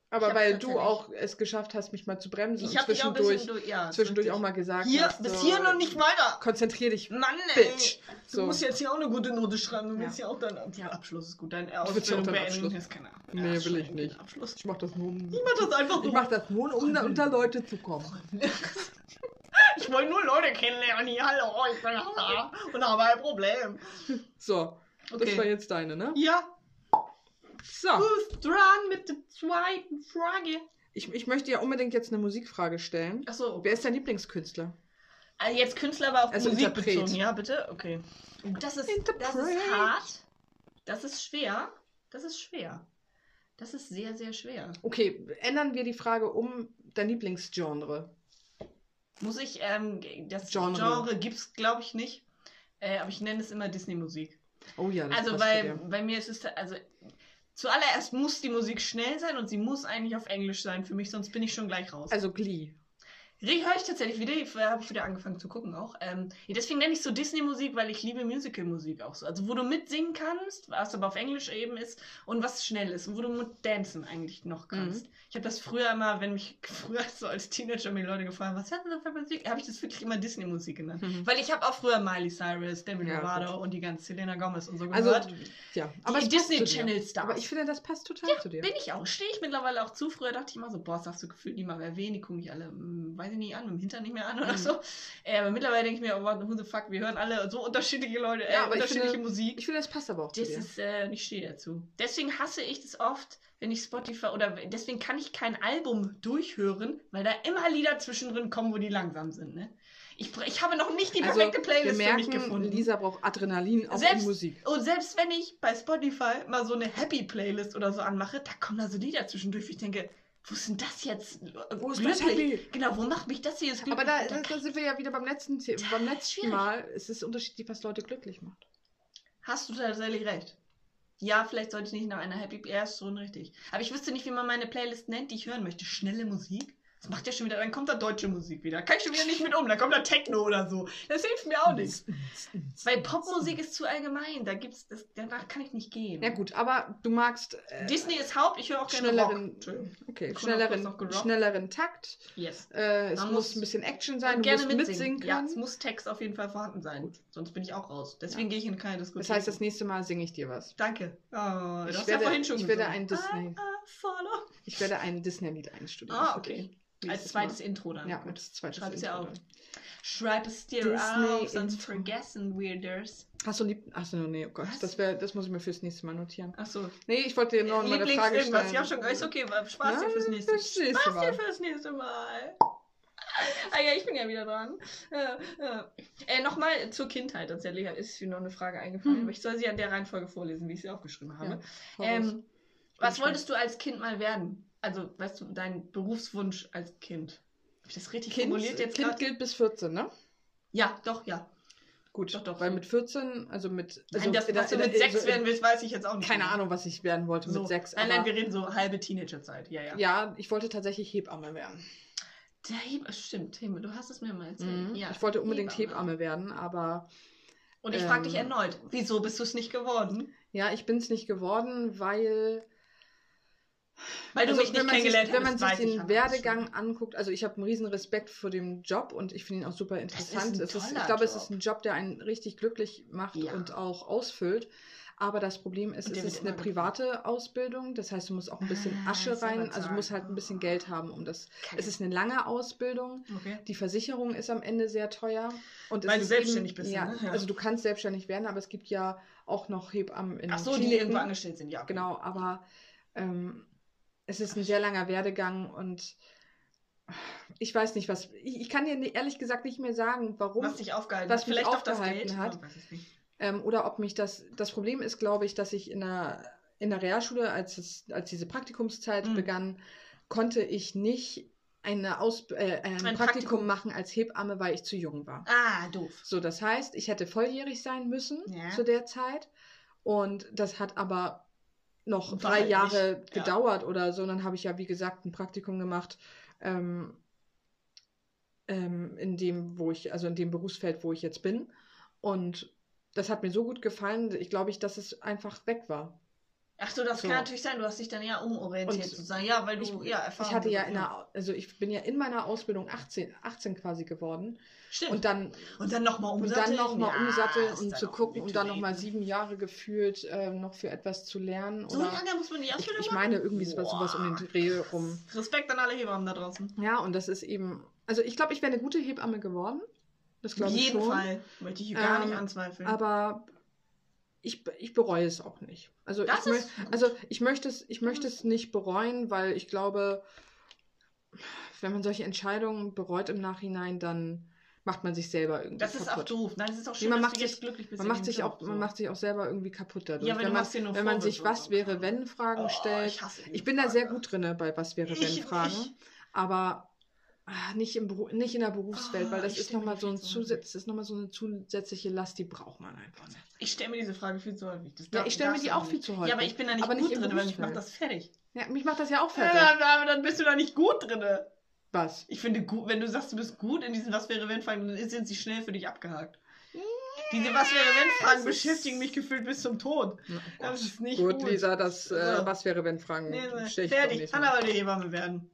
B: Ich
A: Aber
B: hab's
A: weil du
B: tatsächlich-
A: auch es geschafft hast, mich mal zu bremsen
B: Ich
A: und
B: hab dich auch ein
A: also zwischendurch,
B: bisschen durch. Ja,
A: zwischendurch
B: richtig.
A: auch mal gesagt
B: Hier,
A: hast,
B: bis
A: so,
B: hier und nicht weiter.
A: Konzentrier dich,
B: Mann, ey.
A: Bitch.
B: Du musst jetzt hier auch eine gute Note schreiben. Du
A: Ja.
B: willst ja auch deinen Ab
A: Ja.
B: Abschluss ist gut. Deine
A: Ich würd ja auch
B: Ausbildung
A: deinen
B: beenden.
A: Abschluss.
B: Ist keine Ahnung.
A: Nee,
B: Ja,
A: will ich
B: schon
A: nicht.
B: den Abschluss.
A: ich mach das nur um...
B: Ich mach das einfach so.
A: Ich mach das nur, um da unter Leute zu kommen.
B: Ich wollte nur Leute kennenlernen hier. Hallo, ich bin da und habe ein Problem.
A: So, das war
B: Okay.
A: jetzt Ah. deine, ne?
B: Ja,
A: So,
B: who's dran mit der zweiten Frage?
A: ich, ich möchte ja unbedingt jetzt eine Musikfrage stellen.
B: Achso,
A: Wer ist dein Lieblingskünstler?
B: also jetzt Künstler war auf
A: Also
B: Musik
A: Interpret.
B: bezogen. Ja, bitte? Okay. Oh, Das ist, das
A: Interpret.
B: ist hart. Das ist schwer. Das ist schwer. Das ist sehr, sehr schwer.
A: Okay, ändern wir die Frage um dein Lieblingsgenre.
B: Muss ich, ähm, das
A: Genre.
B: Genre, gibt's, glaube ich, nicht. Äh, aber ich nenne es immer Disney-Musik.
A: Oh ja, das
B: Also,
A: passt
B: weil
A: zu dir.
B: bei mir ist es, also zuallererst muss die Musik schnell sein und sie muss eigentlich auf Englisch sein für mich, sonst bin ich schon gleich raus. Also,
A: Also Glee.
B: höre ich tatsächlich wieder, habe ich wieder angefangen zu gucken auch. Ähm, ja, deswegen nenne ich so Disney-Musik, weil ich liebe Musical-Musik auch so. Also, wo du mitsingen kannst, was aber auf Englisch eben ist und was schnell ist und wo du mit Dancen eigentlich
A: Mhm.
B: noch kannst. Ich habe das früher immer, wenn mich [LAUGHS] früher so als Teenager mir Leute gefragt haben, was hörst du so für Musik, habe ich das wirklich immer Disney-Musik genannt.
A: Mhm.
B: Weil ich habe auch früher Miley Cyrus, Demi
A: Ja,
B: Lovato und die ganze Selena Gomez und so
A: Also,
B: gehört.
A: ja.
B: aber
A: es
B: die
A: passt zu
B: Disney
A: dir.
B: Channel Stars.
A: Aber ich finde, das passt total zu dir.
B: bin ich auch. Stehe ich mittlerweile auch zu. Früher dachte ich immer so, boah, das darfst du gefühlt niemand mehr erwähnen. Die gucken mich alle, hm, weiß ich nicht, an, mit dem Hintern nicht mehr an oder
A: Mhm.
B: so. Äh, aber mittlerweile denke ich mir, oh, what- who the fuck, wir hören alle so [LAUGHS] unterschiedliche Leute, äh,
A: Ja, aber ich
B: unterschiedliche
A: finde-
B: Musik.
A: Ich finde, das passt aber auch
B: Das
A: zu dir.
B: ist, äh, ich stehe dazu. Deswegen hasse ich das oft, wenn ich Spotify oder deswegen kann ich kein Album durchhören, weil da immer Lieder zwischendrin kommen, wo die langsam sind. Ne? Ich, ich habe noch nicht die
A: Also,
B: perfekte
A: Wir
B: Playlist für mich
A: merken,
B: gefunden.
A: Lisa braucht Adrenalin auch in
B: Selbst-
A: Musik.
B: Und selbst wenn ich bei Spotify mal so eine Happy Playlist oder so anmache, da kommen da so Lieder zwischendurch, wo ich denke, wo ist denn das jetzt?
A: Wo ist
B: glücklich?
A: das Happy?
B: Genau, wo macht mich das hier jetzt
A: Aber
B: glücklich?
A: da, da, da sind wir ja wieder beim letzten, The beim letzten
B: schwierig.
A: Mal. Es ist unterschiedlich, was Leute glücklich macht.
B: Hast du tatsächlich recht. Ja, vielleicht sollte ich nicht nach einer Happy Ja, ist schon richtig. Aber ich wüsste nicht, wie man meine Playlist nennt, die ich hören möchte. Schnelle Musik? Das macht ja schon wieder, dann kommt da deutsche Musik wieder. Kann ich schon wieder nicht mit um, dann kommt da Techno oder so. Das hilft mir auch nicht. Weil Popmusik ist zu allgemein, da gibt's, das, danach kann ich nicht gehen.
A: Ja gut, aber du magst äh,
B: Disney ist Haupt, ich höre auch gerne Rock.
A: schnelleren,
B: Entschuldigung.
A: okay,
B: Kurz noch- kurz noch
A: schnelleren,
B: gerockt.
A: schnelleren Takt.
B: Yes.
A: Äh, es
B: Man
A: muss
B: muss
A: ein bisschen Action
B: Und
A: sein, du
B: gerne
A: musst mitsingen,
B: Ja,
A: können.
B: es muss Text auf jeden Fall vorhanden sein.
A: Gut.
B: Sonst bin ich auch raus. Deswegen gehe ich in keine Diskussion.
A: das heißt, das nächste Mal singe ich dir was.
B: Danke. Oh, du
A: Ich
B: hast ja
A: werde-
B: vorhin schon
A: ich werde
B: gesungen.
A: ein Disney-
B: I, I follow.
A: Ich werde ein Disney-Lied einstudieren.
B: Ah,
A: für
B: okay.
A: dich. Nächstes
B: Als zweites
A: Mal.
B: Intro dann.
A: Ja,
B: Gut.
A: als zweites
B: Schreib's ja
A: Intro
B: auf.
A: dann.
B: Schreib es dir
A: Disney
B: auf, sonst
A: Intro.
B: vergessen Weirders.
A: Hast du lieb. Achso, nee, oh Gott.
B: Was?
A: Das, wär, das muss ich mir fürs nächste Mal notieren.
B: Achso.
A: Nee, ich wollte dir noch mal eine Frage stellen.
B: irgendwas. Ich hab schon gesagt, ist okay, war- Spaß dir
A: Nein,
B: fürs nächste Mal.
A: fürs nächste
B: Spaß
A: Mal.
B: dir fürs nächste Mal. Ah ja, ich bin ja wieder dran. Äh, äh. äh, Nochmal zur Kindheit tatsächlich. Da Ist mir noch eine Frage eingefallen,
A: Hm.
B: aber ich soll sie ja in der Reihenfolge vorlesen, wie ich sie aufgeschrieben habe.
A: Ja, hau raus.
B: Ähm, was
A: gespannt.
B: wolltest du als Kind mal werden? Also, weißt du, dein Berufswunsch als Kind. Habe ich das richtig
A: kind,
B: formuliert jetzt
A: kind
B: gerade?
A: gilt bis 14, ne?
B: Ja, doch, ja.
A: Gut,
B: Doch, doch.
A: weil mit 14, also mit. Also
B: Mhm. Nein, das,
A: in der-
B: was du
A: in der-
B: mit sechs
A: also in-
B: werden willst, weiß ich jetzt auch nicht.
A: Keine
B: mehr.
A: Ahnung, was ich werden wollte
B: So.
A: mit sechs.
B: Nein, nein,
A: aber-
B: wir reden so halbe Teenagerzeit. Ja, ja.
A: ja, ich wollte tatsächlich Hebamme werden.
B: Der Heb oh, stimmt, Hebamme, du hast es mir mal erzählt.
A: Mhm.
B: Ja,
A: ich wollte unbedingt Hebamme, werden, aber
B: Und ich frage dich
A: Ähm,
B: erneut, wieso bist du es nicht geworden?
A: ja, ich bin es nicht geworden, weil
B: Weil du
A: Also,
B: mich nicht
A: wenn man sich-
B: kennengelernt
A: Wenn man
B: hättest,
A: sich
B: weiß ich
A: den
B: aber
A: Werdegang
B: schon.
A: anguckt, also ich habe einen riesen Respekt vor dem Job und ich finde ihn auch super interessant.
B: ein
A: Es ist, ich
B: toller
A: glaube, es
B: Job.
A: ist ein Job, der einen richtig glücklich macht
B: Ja.
A: und auch ausfüllt. Aber das Problem ist,
B: Und
A: es
B: der
A: ist
B: wird
A: eine
B: immer
A: private Ausbildung. Das heißt, du musst auch ein bisschen
B: Ah,
A: Asche
B: ist aber
A: rein, also du musst
B: sagen,
A: halt ein bisschen
B: oh.
A: Geld haben, um das.
B: Kacke.
A: Es ist eine lange Ausbildung.
B: Okay.
A: Die Versicherung ist am Ende sehr teuer. Und es
B: Weil du
A: ist
B: selbstständig
A: eben,
B: bist,
A: Ja,
B: ne? Ja.
A: Also du kannst selbstständig werden, aber es gibt ja auch noch Hebammen in
B: Ach so, die
A: Kliniken.
B: irgendwo angestellt sind, ja. okay.
A: Genau, aber ähm, es ist ein sehr langer Werdegang und ich weiß nicht, was. Ich, ich kann dir ni- ehrlich gesagt nicht mehr sagen, warum.
B: Was dich aufgehalten
A: was
B: hat.
A: mich
B: Vielleicht auch das
A: aufgehalten
B: Geld.
A: hat.
B: Ja, weiß ich nicht.
A: Ähm, oder ob mich das. Das Problem ist, glaube ich, dass ich in der, in der Realschule, als, es, als diese Praktikumszeit
B: Mhm.
A: begann, konnte ich nicht eine Aus, äh, ein,
B: Ein
A: Praktikum,
B: Praktikum.
A: machen als Hebamme, weil ich zu jung war.
B: Ah, doof.
A: So, das heißt, ich hätte volljährig sein müssen
B: Ja.
A: zu der Zeit. Und das hat aber noch
B: War
A: drei
B: halt
A: Jahre
B: nicht, ja.
A: gedauert oder so. Und dann habe ich ja, wie gesagt, ein Praktikum gemacht, ähm, ähm, in dem, wo ich, also in dem Berufsfeld, wo ich jetzt bin. Und das hat mir so gut gefallen, ich glaube ich, dass es einfach weg war.
B: Ach so, das
A: So.
B: kann natürlich sein. Du hast dich dann ja umorientiert
A: Und
B: sozusagen. Ja, weil du
A: ich,
B: ja
A: ich
B: Erfahrung
A: hatte ja in
B: gewonnen
A: der, also ich bin ja in meiner Ausbildung 18, 18 quasi geworden.
B: hast. Stimmt.
A: Und dann
B: Und dann nochmal
A: Und
B: umsatteln.
A: dann nochmal
B: Um Ja,
A: umsatteln
B: ist
A: und
B: dann
A: zu
B: auch
A: gucken, um
B: mit
A: dann
B: Leben.
A: nochmal sieben Jahre gefühlt äh, noch für etwas zu lernen.
B: So
A: oder
B: lange muss man die
A: ich,
B: Ausbildung
A: ich
B: machen?
A: meine irgendwie sowas, sowas um den
B: Boah.
A: Dreh rum.
B: Respekt an alle Hebammen da draußen.
A: Ja, und das ist eben. Also ich glaube, ich wäre eine gute Hebamme geworden. Das glaube ich
B: jeden
A: schon.
B: Fall. Möchte ich gar
A: Ähm,
B: nicht anzweifeln.
A: Aber ich, be- ich bereue es auch nicht. Also
B: Das
A: ich, mö
B: ist Mhm. gut.
A: also ich möchte es, ich möchte es nicht bereuen, weil ich glaube, wenn man solche Entscheidungen bereut im Nachhinein, dann macht man sich selber irgendwie
B: das ist auch
A: kaputt.
B: doof. Nein, es ist auch schön,
A: man
B: dass
A: macht
B: du
A: sich-
B: jetzt glücklich bist.
A: man
B: in
A: macht
B: dem
A: sich auch,
B: Job,
A: man
B: so.
A: macht sich auch selber irgendwie kaputt dadurch.
B: Ja, weil
A: wenn
B: du
A: man,
B: machst dir nur
A: wenn man
B: Vorwürfe
A: sich
B: und
A: was
B: so.
A: wäre wenn Fragen
B: Oh,
A: stellt.
B: Ich, hasse diese
A: Ich bin da sehr
B: Frage.
A: gut drinne bei was wäre
B: Ich-
A: wenn Fragen,
B: ich-
A: aber ah, nicht im Beru- nicht in der Berufswelt,
B: Ah,
A: weil das
B: ich
A: ist
B: stell
A: noch
B: mir
A: mal
B: die
A: so ein
B: viel zu häufig.
A: Zusatz, das ist noch mal so eine zusätzliche Last, die braucht man einfach nicht.
B: Ich stelle mir diese Frage viel zu häufig. Das
A: Ja,
B: darf-
A: ich stelle mir
B: darfst
A: die
B: du
A: auch viel zu häufig.
B: Ja, aber ich bin da nicht
A: Aber nicht
B: gut
A: im
B: drin, weil mich
A: Berufsfeld.
B: macht das fertig.
A: Ja, mich macht das ja auch
B: Ja,
A: fertig.
B: dann, aber dann bist du da nicht gut drin.
A: Was?
B: Ich finde gut, wenn du sagst, du bist gut in diesen Was wäre wenn Fragen, dann sind sie schnell für dich abgehakt. Diese Was wäre wenn
A: es
B: Fragen
A: ist-
B: beschäftigen mich gefühlt bis zum Tod. Das ist nicht
A: Gut,
B: gut.
A: Lisa, das äh,
B: So.
A: was wäre wenn Fragen
B: Nee, nee.
A: stell ich beim
B: Fertig,
A: nächsten
B: kann
A: Mal.
B: aber eine Hebamme werden.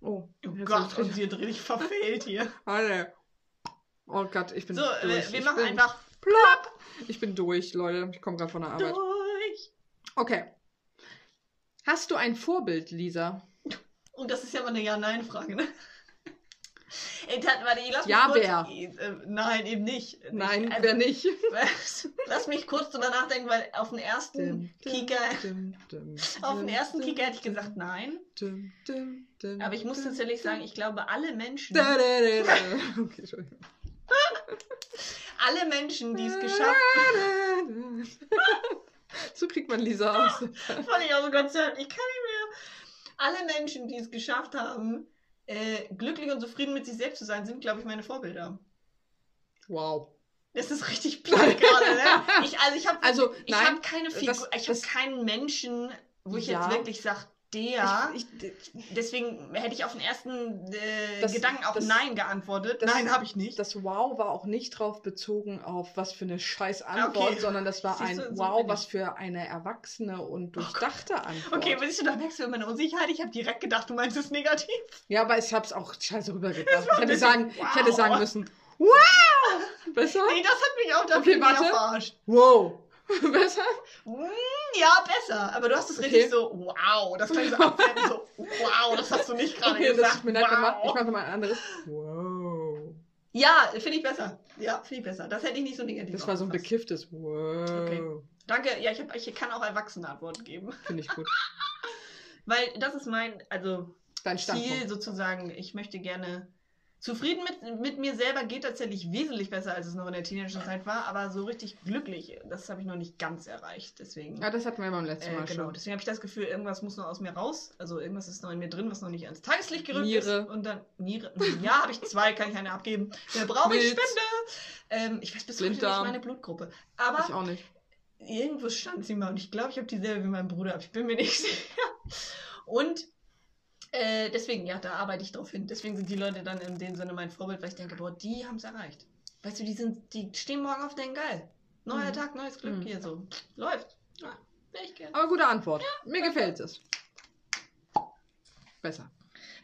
A: Oh,
B: Oh
A: jetzt
B: Gott,
A: hab ich-
B: und sie hat richtig verfehlt hier.
A: Alle. Oh Gott, ich bin
B: So,
A: durch.
B: äh, wir
A: ich
B: machen
A: bin,
B: einfach
A: plopp. Ich bin durch, Leute. Ich komme gerade von der Arbeit.
B: durch.
A: Okay. Hast du ein Vorbild, Lisa?
B: Und das ist ja mal eine Ja-Nein-Frage, ne? [LAUGHS] Ey, Tat, warte, lass mich
A: Ja,
B: kurz.
A: wer?
B: Äh, nein, eben nicht. also
A: Nein,
B: Nicht,
A: wer
B: [LAUGHS]
A: nicht?
B: also, [LAUGHS] lass mich kurz drüber nachdenken, weil auf den ersten Kika, auf den ersten Kika hätte ich gesagt nein. Aber ich muss tatsächlich sagen, ich glaube, alle
A: [LAUGHS]
B: Menschen,
A: Da, da, da,
B: [LAUGHS]
A: da. Okay, Entschuldigung.
B: alle Menschen, die
A: [LAUGHS]
B: es geschafft
A: Da, da, da. [LAUGHS] So kriegt man Lisa aus.
B: haben, fand ich auch so Konzert, ich kann nicht mehr. Alle Menschen, die es geschafft haben, äh, glücklich und zufrieden mit sich selbst zu sein, sind, glaube ich, meine Vorbilder.
A: Wow.
B: Das ist
A: [LAUGHS]
B: richtig platt gerade, ne? Ich, also ich habe
A: Also,
B: Ich habe
A: nein.
B: keine
A: das-
B: Figur, ich habe
A: das-
B: keinen Menschen, wo ich
A: Ja.
B: jetzt wirklich sage, der.
A: Ich, ich,
B: Deswegen hätte ich auf den ersten äh,
A: Das-
B: Gedanken auch
A: das-
B: Nein geantwortet.
A: das-
B: Nein, habe ich nicht.
A: das Wow war auch nicht drauf bezogen auf was für eine scheiß Antwort,
B: Okay.
A: sondern das war
B: Siehst
A: ein
B: du, so bin
A: Wow,
B: ich.
A: was für eine erwachsene und
B: Gott.
A: durchdachte Antwort.
B: okay, willst du da merkst du meine Unsicherheit? Ich habe direkt gedacht, du meinst es negativ.
A: Ja, aber ich hab's auch scheiße rübergebracht. Ich
B: ein
A: hätte,
B: bisschen-
A: sagen, ich hätte
B: wow.
A: sagen müssen, wow! Besser?
B: Nee, das hat mich auch dafür
A: Okay,
B: okay,
A: warte.
B: verarscht.
A: Wow!
B: [LAUGHS]
A: Besser?
B: Mm, ja, besser. Aber du hast es
A: Okay.
B: richtig so, wow. Das kann ich so abwerten, so, wow, das hast du nicht gerade
A: Okay, das
B: gesagt.
A: tut mir leid, dann mach- ich
B: wow.
A: mache nochmal ein anderes. Wow.
B: Ja, finde ich besser. Ja, finde ich besser. Das hätte ich nicht so negativ
A: Das war so ein
B: aufgefasst.
A: bekifftes Wow.
B: Okay. Danke, ja, ich, hab, ich kann auch erwachsene Antworten geben.
A: Finde ich gut.
B: Weil das ist mein, also
A: Dein Standpunkt.
B: Ziel sozusagen. Ich möchte gerne zufrieden mit, mit mir selber geht tatsächlich wesentlich besser, als es noch in der Teenagerzeit war, aber so richtig glücklich, das habe ich noch nicht ganz erreicht. Deswegen,
A: Ja, das hatten wir beim letzten
B: äh,
A: Mal
B: genau, deswegen habe ich das Gefühl, irgendwas muss noch aus mir raus. Also irgendwas ist noch in mir drin, was noch nicht ans Tageslicht gerückt
A: Niere.
B: ist. Und dann Niere. [LAUGHS] Ja, habe ich zwei, kann ich eine abgeben. Wer braucht ich
A: Milz.
B: Spende? Ähm, ich weiß bis heute nicht
A: Blinddarm.
B: meine Blutgruppe.
A: schon. Ich
B: Aber
A: auch nicht.
B: irgendwo stand sie mal und ich glaube, ich habe dieselbe wie mein Bruder, aber ich bin mir nicht [LAUGHS] sicher. Und äh, deswegen, ja, da arbeite ich drauf hin. Deswegen sind die Leute dann in dem Sinne mein Vorbild, weil ich denke, boah, die haben es erreicht. Weißt du, die sind, die stehen morgen auf den Geil. Neuer
A: Mhm.
B: Tag, neues Glück
A: Mhm.
B: hier so. Läuft. Ja, wär ich gerne.
A: Aber gute Antwort. Mir gefällt es. besser.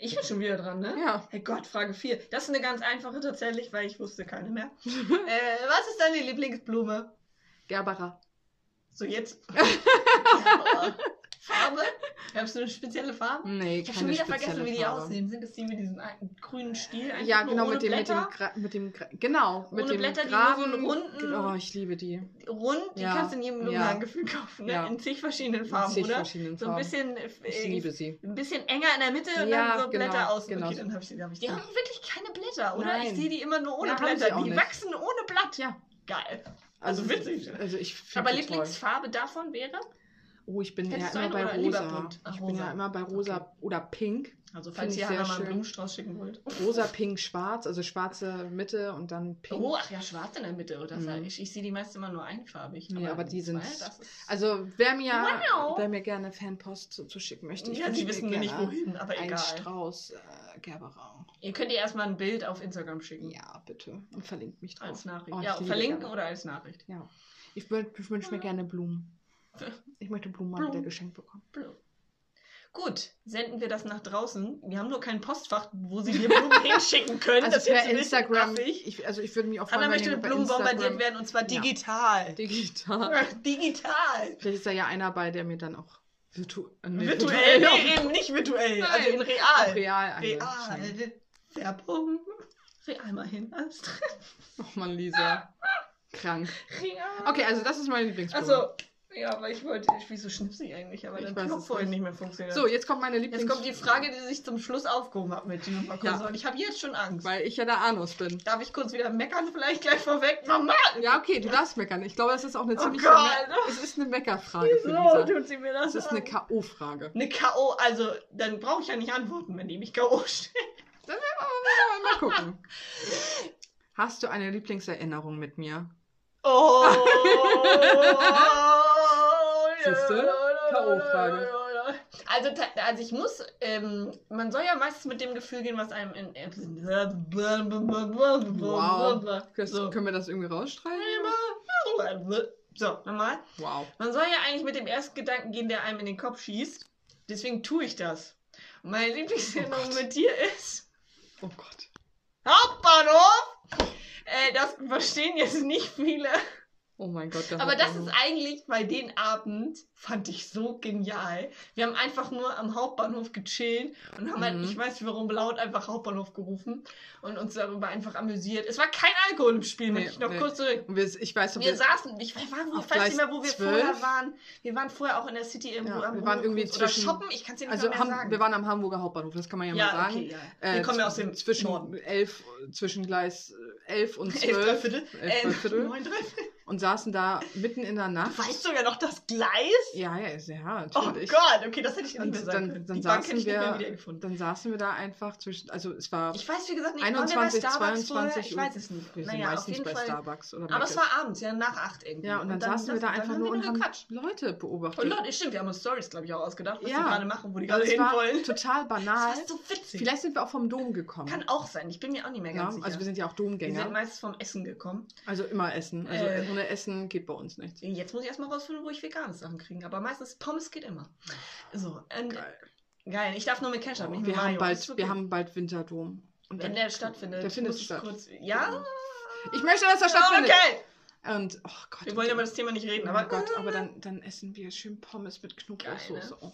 B: Ich bin schon wieder dran, ne?
A: Ja.
B: Hey Gott, Frage 4. Das ist eine ganz einfache tatsächlich, weil ich wusste
A: [LAUGHS]
B: keine mehr. äh, was ist deine Lieblingsblume?
A: Gerbera. [LAUGHS]
B: So jetzt. Ja, Farbe? Hast du eine spezielle Farbe?
A: Nee,
B: Ich habe schon wieder vergessen, wie die
A: Farbe.
B: aussehen. Sind es die mit diesem einen grünen Stiel? einfach
A: Ja,
B: nur
A: genau,
B: ohne
A: mit dem, mit dem,
B: Blätter?
A: Gra mit dem, Gra genau, mit
B: Ohne
A: dem
B: Blätter, die nur so
A: Graben.
B: einen runden-
A: Ge- Oh, ich liebe die. In
B: Rund, die
A: Ja,
B: kannst du in jedem
A: ja.
B: Blumenladengefühl kaufen, ne?
A: Ja.
B: In zig verschiedenen Farben,
A: zig
B: oder?
A: verschiedenen
B: So ein
A: Farben.
B: bisschen. äh,
A: ich liebe sie.
B: Ein bisschen enger in der Mitte und
A: Ja,
B: dann so
A: genau,
B: Blätter außen.
A: genau
B: Okay,
A: so.
B: dann habe ich sie, glaube ich. Die haben auch wirklich keine Blätter, oder?
A: Nein.
B: Ich sehe die immer nur ohne
A: Ja, haben sie
B: Blätter.
A: auch
B: Die
A: nicht.
B: wachsen ohne Blatt.
A: Ja.
B: Geil. Also witzig.
A: Also ich find
B: Aber
A: die
B: Lieblingsfarbe davon wäre?
A: toll. Oh, ich bin ja
B: Hättest du
A: immer
B: eine
A: bei
B: oder lieber
A: rosa.
B: bunt? Ach,
A: Ich bin ja
B: rosa.
A: immer bei rosa oder pink.
B: Also
A: Find
B: falls
A: ich
B: ihr
A: sehr
B: Hannah mal einen
A: schön. Mhm.
B: Blumenstrauß schicken wollt.
A: Rosa, pink, schwarz, also schwarze Mitte und dann pink.
B: Oh, ach ja, schwarz in der Mitte, oder?
A: Mhm.
B: Ich, ich sehe die meist immer nur einfarbig.
A: Nee, aber die sind-
B: zwei, das ist-
A: Also wer mir,
B: Wow.
A: wer mir gerne Fanpost zu, zuschicken möchte,
B: ja,
A: wünsche
B: die
A: mir
B: wissen wir nicht
A: gerne
B: wohin, aber
A: Einen
B: egal.
A: Strauß äh, Gerberau.
B: Ihr könnt ihr erstmal ein Bild auf Instagram schicken.
A: Ja, bitte. Und verlinkt mich drauf.
B: Als Nachricht.
A: Oh, ich
B: ja,
A: liebe
B: verlinken
A: Gerber.
B: oder als Nachricht.
A: Ja. Ich, wün- ich wünsche mir gerne
B: [LAUGHS]
A: Blumen. Ich möchte Blumen mal
B: Blumen.
A: wieder geschenkt bekommen.
B: Blumen. Gut, senden wir das nach draußen. Wir haben nur kein Postfach, wo sie
A: [LAUGHS]
B: mir Blumen hinschicken können.
A: Also
B: das ist
A: per
B: jetzt ein bisschen
A: Instagram.
B: affig.
A: Ich, also ich würde mich auch freuen,
B: Anna
A: wenn
B: möchte
A: ihr
B: mit
A: bei
B: Blumen
A: Instagram
B: bombardiert werden und zwar
A: Ja.
B: digital.
A: Digital.
B: [LAUGHS] digital.
A: Vielleicht ist da ja einer bei, der mir dann auch virtu äh, nee,
B: Virtuell,
A: auch-
B: nee, eben nicht virtuell,
A: Nein.
B: also in real.
A: auch real eingeschenkt.
B: Real. Werbung. Real mal hin. Astrid.
A: Oh Mann, Lisa. Krank.
B: Real.
A: Okay, also das ist meine Lieblingsblume.
B: Also, ja, aber ich wollte, wieso schnips ich eigentlich? Aber
A: Ich
B: dann
A: weiß
B: Knopf
A: es
B: vorhin
A: nicht.
B: nicht mehr funktioniert.
A: so, jetzt kommt meine
B: jetzt
A: Lieblingsblume.
B: kommt die Frage, die sich zum Schluss aufgehoben hat mit Dino-Verkäufer.
A: Ja.
B: Und ich habe jetzt schon Angst.
A: Weil ich ja der Anus bin.
B: Darf ich kurz wieder meckern, vielleicht gleich vorweg? Mama!
A: Ja, okay, du darfst meckern. Ich glaube, das ist auch eine
B: Oh
A: ziemlich.
B: Gott. [LAUGHS]
A: es ist eine Meckerfrage für
B: Wieso
A: Lisa.
B: tut sie mir das
A: Das ist eine
B: an?
A: K.O.-Frage.
B: Eine K.O., also dann brauche ich ja nicht antworten, wenn die mich K.O. stellen.
A: Mal, mal gucken. Hast du eine Lieblingserinnerung mit mir?
B: Oh!
A: Siehste? K.O.-Frage.
B: Also, ta- also ich muss, ähm, man soll ja meistens mit dem Gefühl gehen, was einem in. Äh,
A: Wow. Das,
B: So.
A: Können wir das irgendwie rausstreichen?
B: so, nochmal.
A: Wow.
B: Man soll ja eigentlich mit dem ersten Gedanken gehen, der einem in den Kopf schießt. Deswegen tue ich das. Und meine Lieblingserinnerung
A: Oh Gott.
B: mit dir ist
A: Oh Gott.
B: Hauptbahnhof. Äh, das verstehen jetzt nicht viele.
A: Oh mein Gott.
B: Aber das ist eigentlich, weil den Abend fand ich so genial. Wir haben einfach nur am Hauptbahnhof gechillt und haben halt,
A: Mhm.
B: ich weiß nicht warum, laut einfach Hauptbahnhof gerufen und uns darüber einfach amüsiert. Es war kein Alkohol im Spiel, möchte
A: Nee,
B: ich noch
A: nee.
B: kurz zurück.
A: Und wir, ich weiß, noch,
B: Wir saßen, ich weiß, waren,
A: Auf
B: ich weiß
A: Gleis
B: nicht mehr, wo wir
A: 12?
B: vorher waren. Wir waren vorher auch in der City irgendwo
A: Ja,
B: am
A: wir waren irgendwie
B: Rummelkurs oder
A: zwischen-
B: shoppen, ich kann es dir nicht
A: also
B: mehr
A: haben,
B: sagen.
A: wir waren am Hamburger Hauptbahnhof, das kann man ja,
B: ja,
A: mal sagen. Äh,
B: okay, ja. wir kommen ja aus dem
A: zwischen
B: Norden.
A: elf, zwischen Gleis 11 und 12
B: [LAUGHS] Elf, dreiviertel.
A: elf, dreiviertel.
B: Äh, neun, dreiviertel.
A: und saßen da mitten in der
B: Du
A: Nacht.
B: weißt sogar noch das Gleis?
A: Ja, ja, ist- ja,
B: Oh
A: natürlich.
B: Gott, okay, das hätte ich dir nicht
A: Und
B: mehr sagen
A: dann,
B: können.
A: dann,
B: Die Bank hätte
A: saßen
B: ich nicht mehr
A: wir,
B: wiedergefunden.
A: dann saßen wir da einfach zwischen, also es war
B: Ich weiß, wie gesagt, nicht,
A: 21,
B: waren wir bei Starbucks vorher?
A: 22
B: ich
A: Uhr.
B: weiß es nicht.
A: Wir sind
B: Naja, auf
A: meistens
B: jeden
A: bei
B: Fall.
A: Starbucks oder
B: Aber es
A: Mc's.
B: war abends, ja, nach acht irgendwie.
A: Ja, und dann, saßen wir da
B: das-
A: einfach
B: dann
A: nur
B: haben
A: und
B: wir
A: haben
B: gequatscht.
A: Leute
B: Und
A: beobachtet.
B: Leute, stimmt, wir haben uns Stories, glaube ich, auch ausgedacht, was
A: Ja.
B: die gerade machen, wo die
A: Das
B: gerade
A: war
B: hinwollen.
A: total banal.
B: Das war so witzig.
A: Vielleicht sind wir auch vom Dom gekommen.
B: Kann auch sein, ich bin mir auch nicht mehr
A: ja?
B: ganz sicher.
A: Also wir sind ja auch
B: wir sind
A: Domgänger.
B: meistens vom Essen gekommen.
A: Also immer essen. Also
B: Äh.
A: ohne Essen geht bei uns nichts.
B: Jetzt muss ich erstmal rausfinden, wo ich vegane Sachen kriege. Aber meistens Pommes geht immer. So, ähm,
A: Geil. Oh,
B: geil. Ich darf nur mit Ketchup, nicht mit
A: wir, haben
B: Mayo. Das ist
A: bald,
B: wirklich-
A: wir haben bald Winterdom. Und
B: Wenn der stattfindet,
A: Der findet
B: muss ich
A: statt. Genau.
B: kurz. Ja?
A: Ich möchte, dass er stattfindet.
B: Okay.
A: Und, oh Gott.
B: Wir wollen über das Thema nicht reden,
A: Oh
B: aber.
A: mein Gott,
B: [LAUGHS]
A: aber dann, dann essen wir schön Pommes mit Knoblauchsoße.
B: ne?
A: Oh.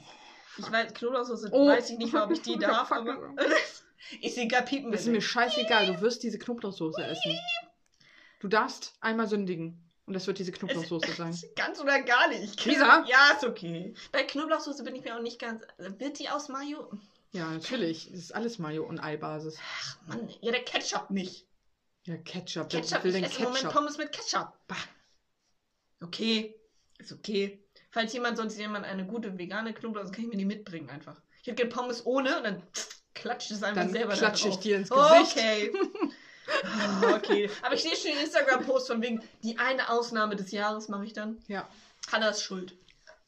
B: Ich weiß, Knoblauchsoße
A: Oh.
B: weiß ich nicht mal, ob
A: [LAUGHS]
B: ich die
A: Oh,
B: darf,
A: fuck.
B: aber. [LAUGHS] Ist egal, piepen
A: Das ist
B: wir
A: mir
B: nicht.
A: scheißegal, du wirst diese Knoblauchsoße essen. Du darfst einmal sündigen. Und das wird diese Knoblauchsoße sein.
B: [LAUGHS] Ganz oder gar nicht.
A: Lisa?
B: Ja, ist okay. Bei Knoblauchsoße bin ich mir auch nicht ganz. Wird die aus Mayo?
A: Ja, natürlich. Das ist alles Mayo und Eibasis.
B: Ach Mann, ja, der Ketchup nicht.
A: Ja, Ketchup.
B: Ketchup,
A: Wer will
B: ich
A: denn
B: esse im Moment
A: Ketchup?
B: Pommes mit Ketchup.
A: Bah.
B: Okay, ist okay. Falls jemand sonst jemand eine gute vegane Knoblauchsoße, kann ich mir die mitbringen einfach. Ich hätte gerne Pommes ohne und dann klatscht es einfach
A: Dann
B: selber da
A: klatsche ich
B: drauf.
A: dir ins Gesicht. [LAUGHS]
B: Okay. Ah, okay. Aber ich sehe schon den Instagram-Post von wegen, die eine Ausnahme des Jahres mache ich dann.
A: Ja.
B: Hannah ist schuld.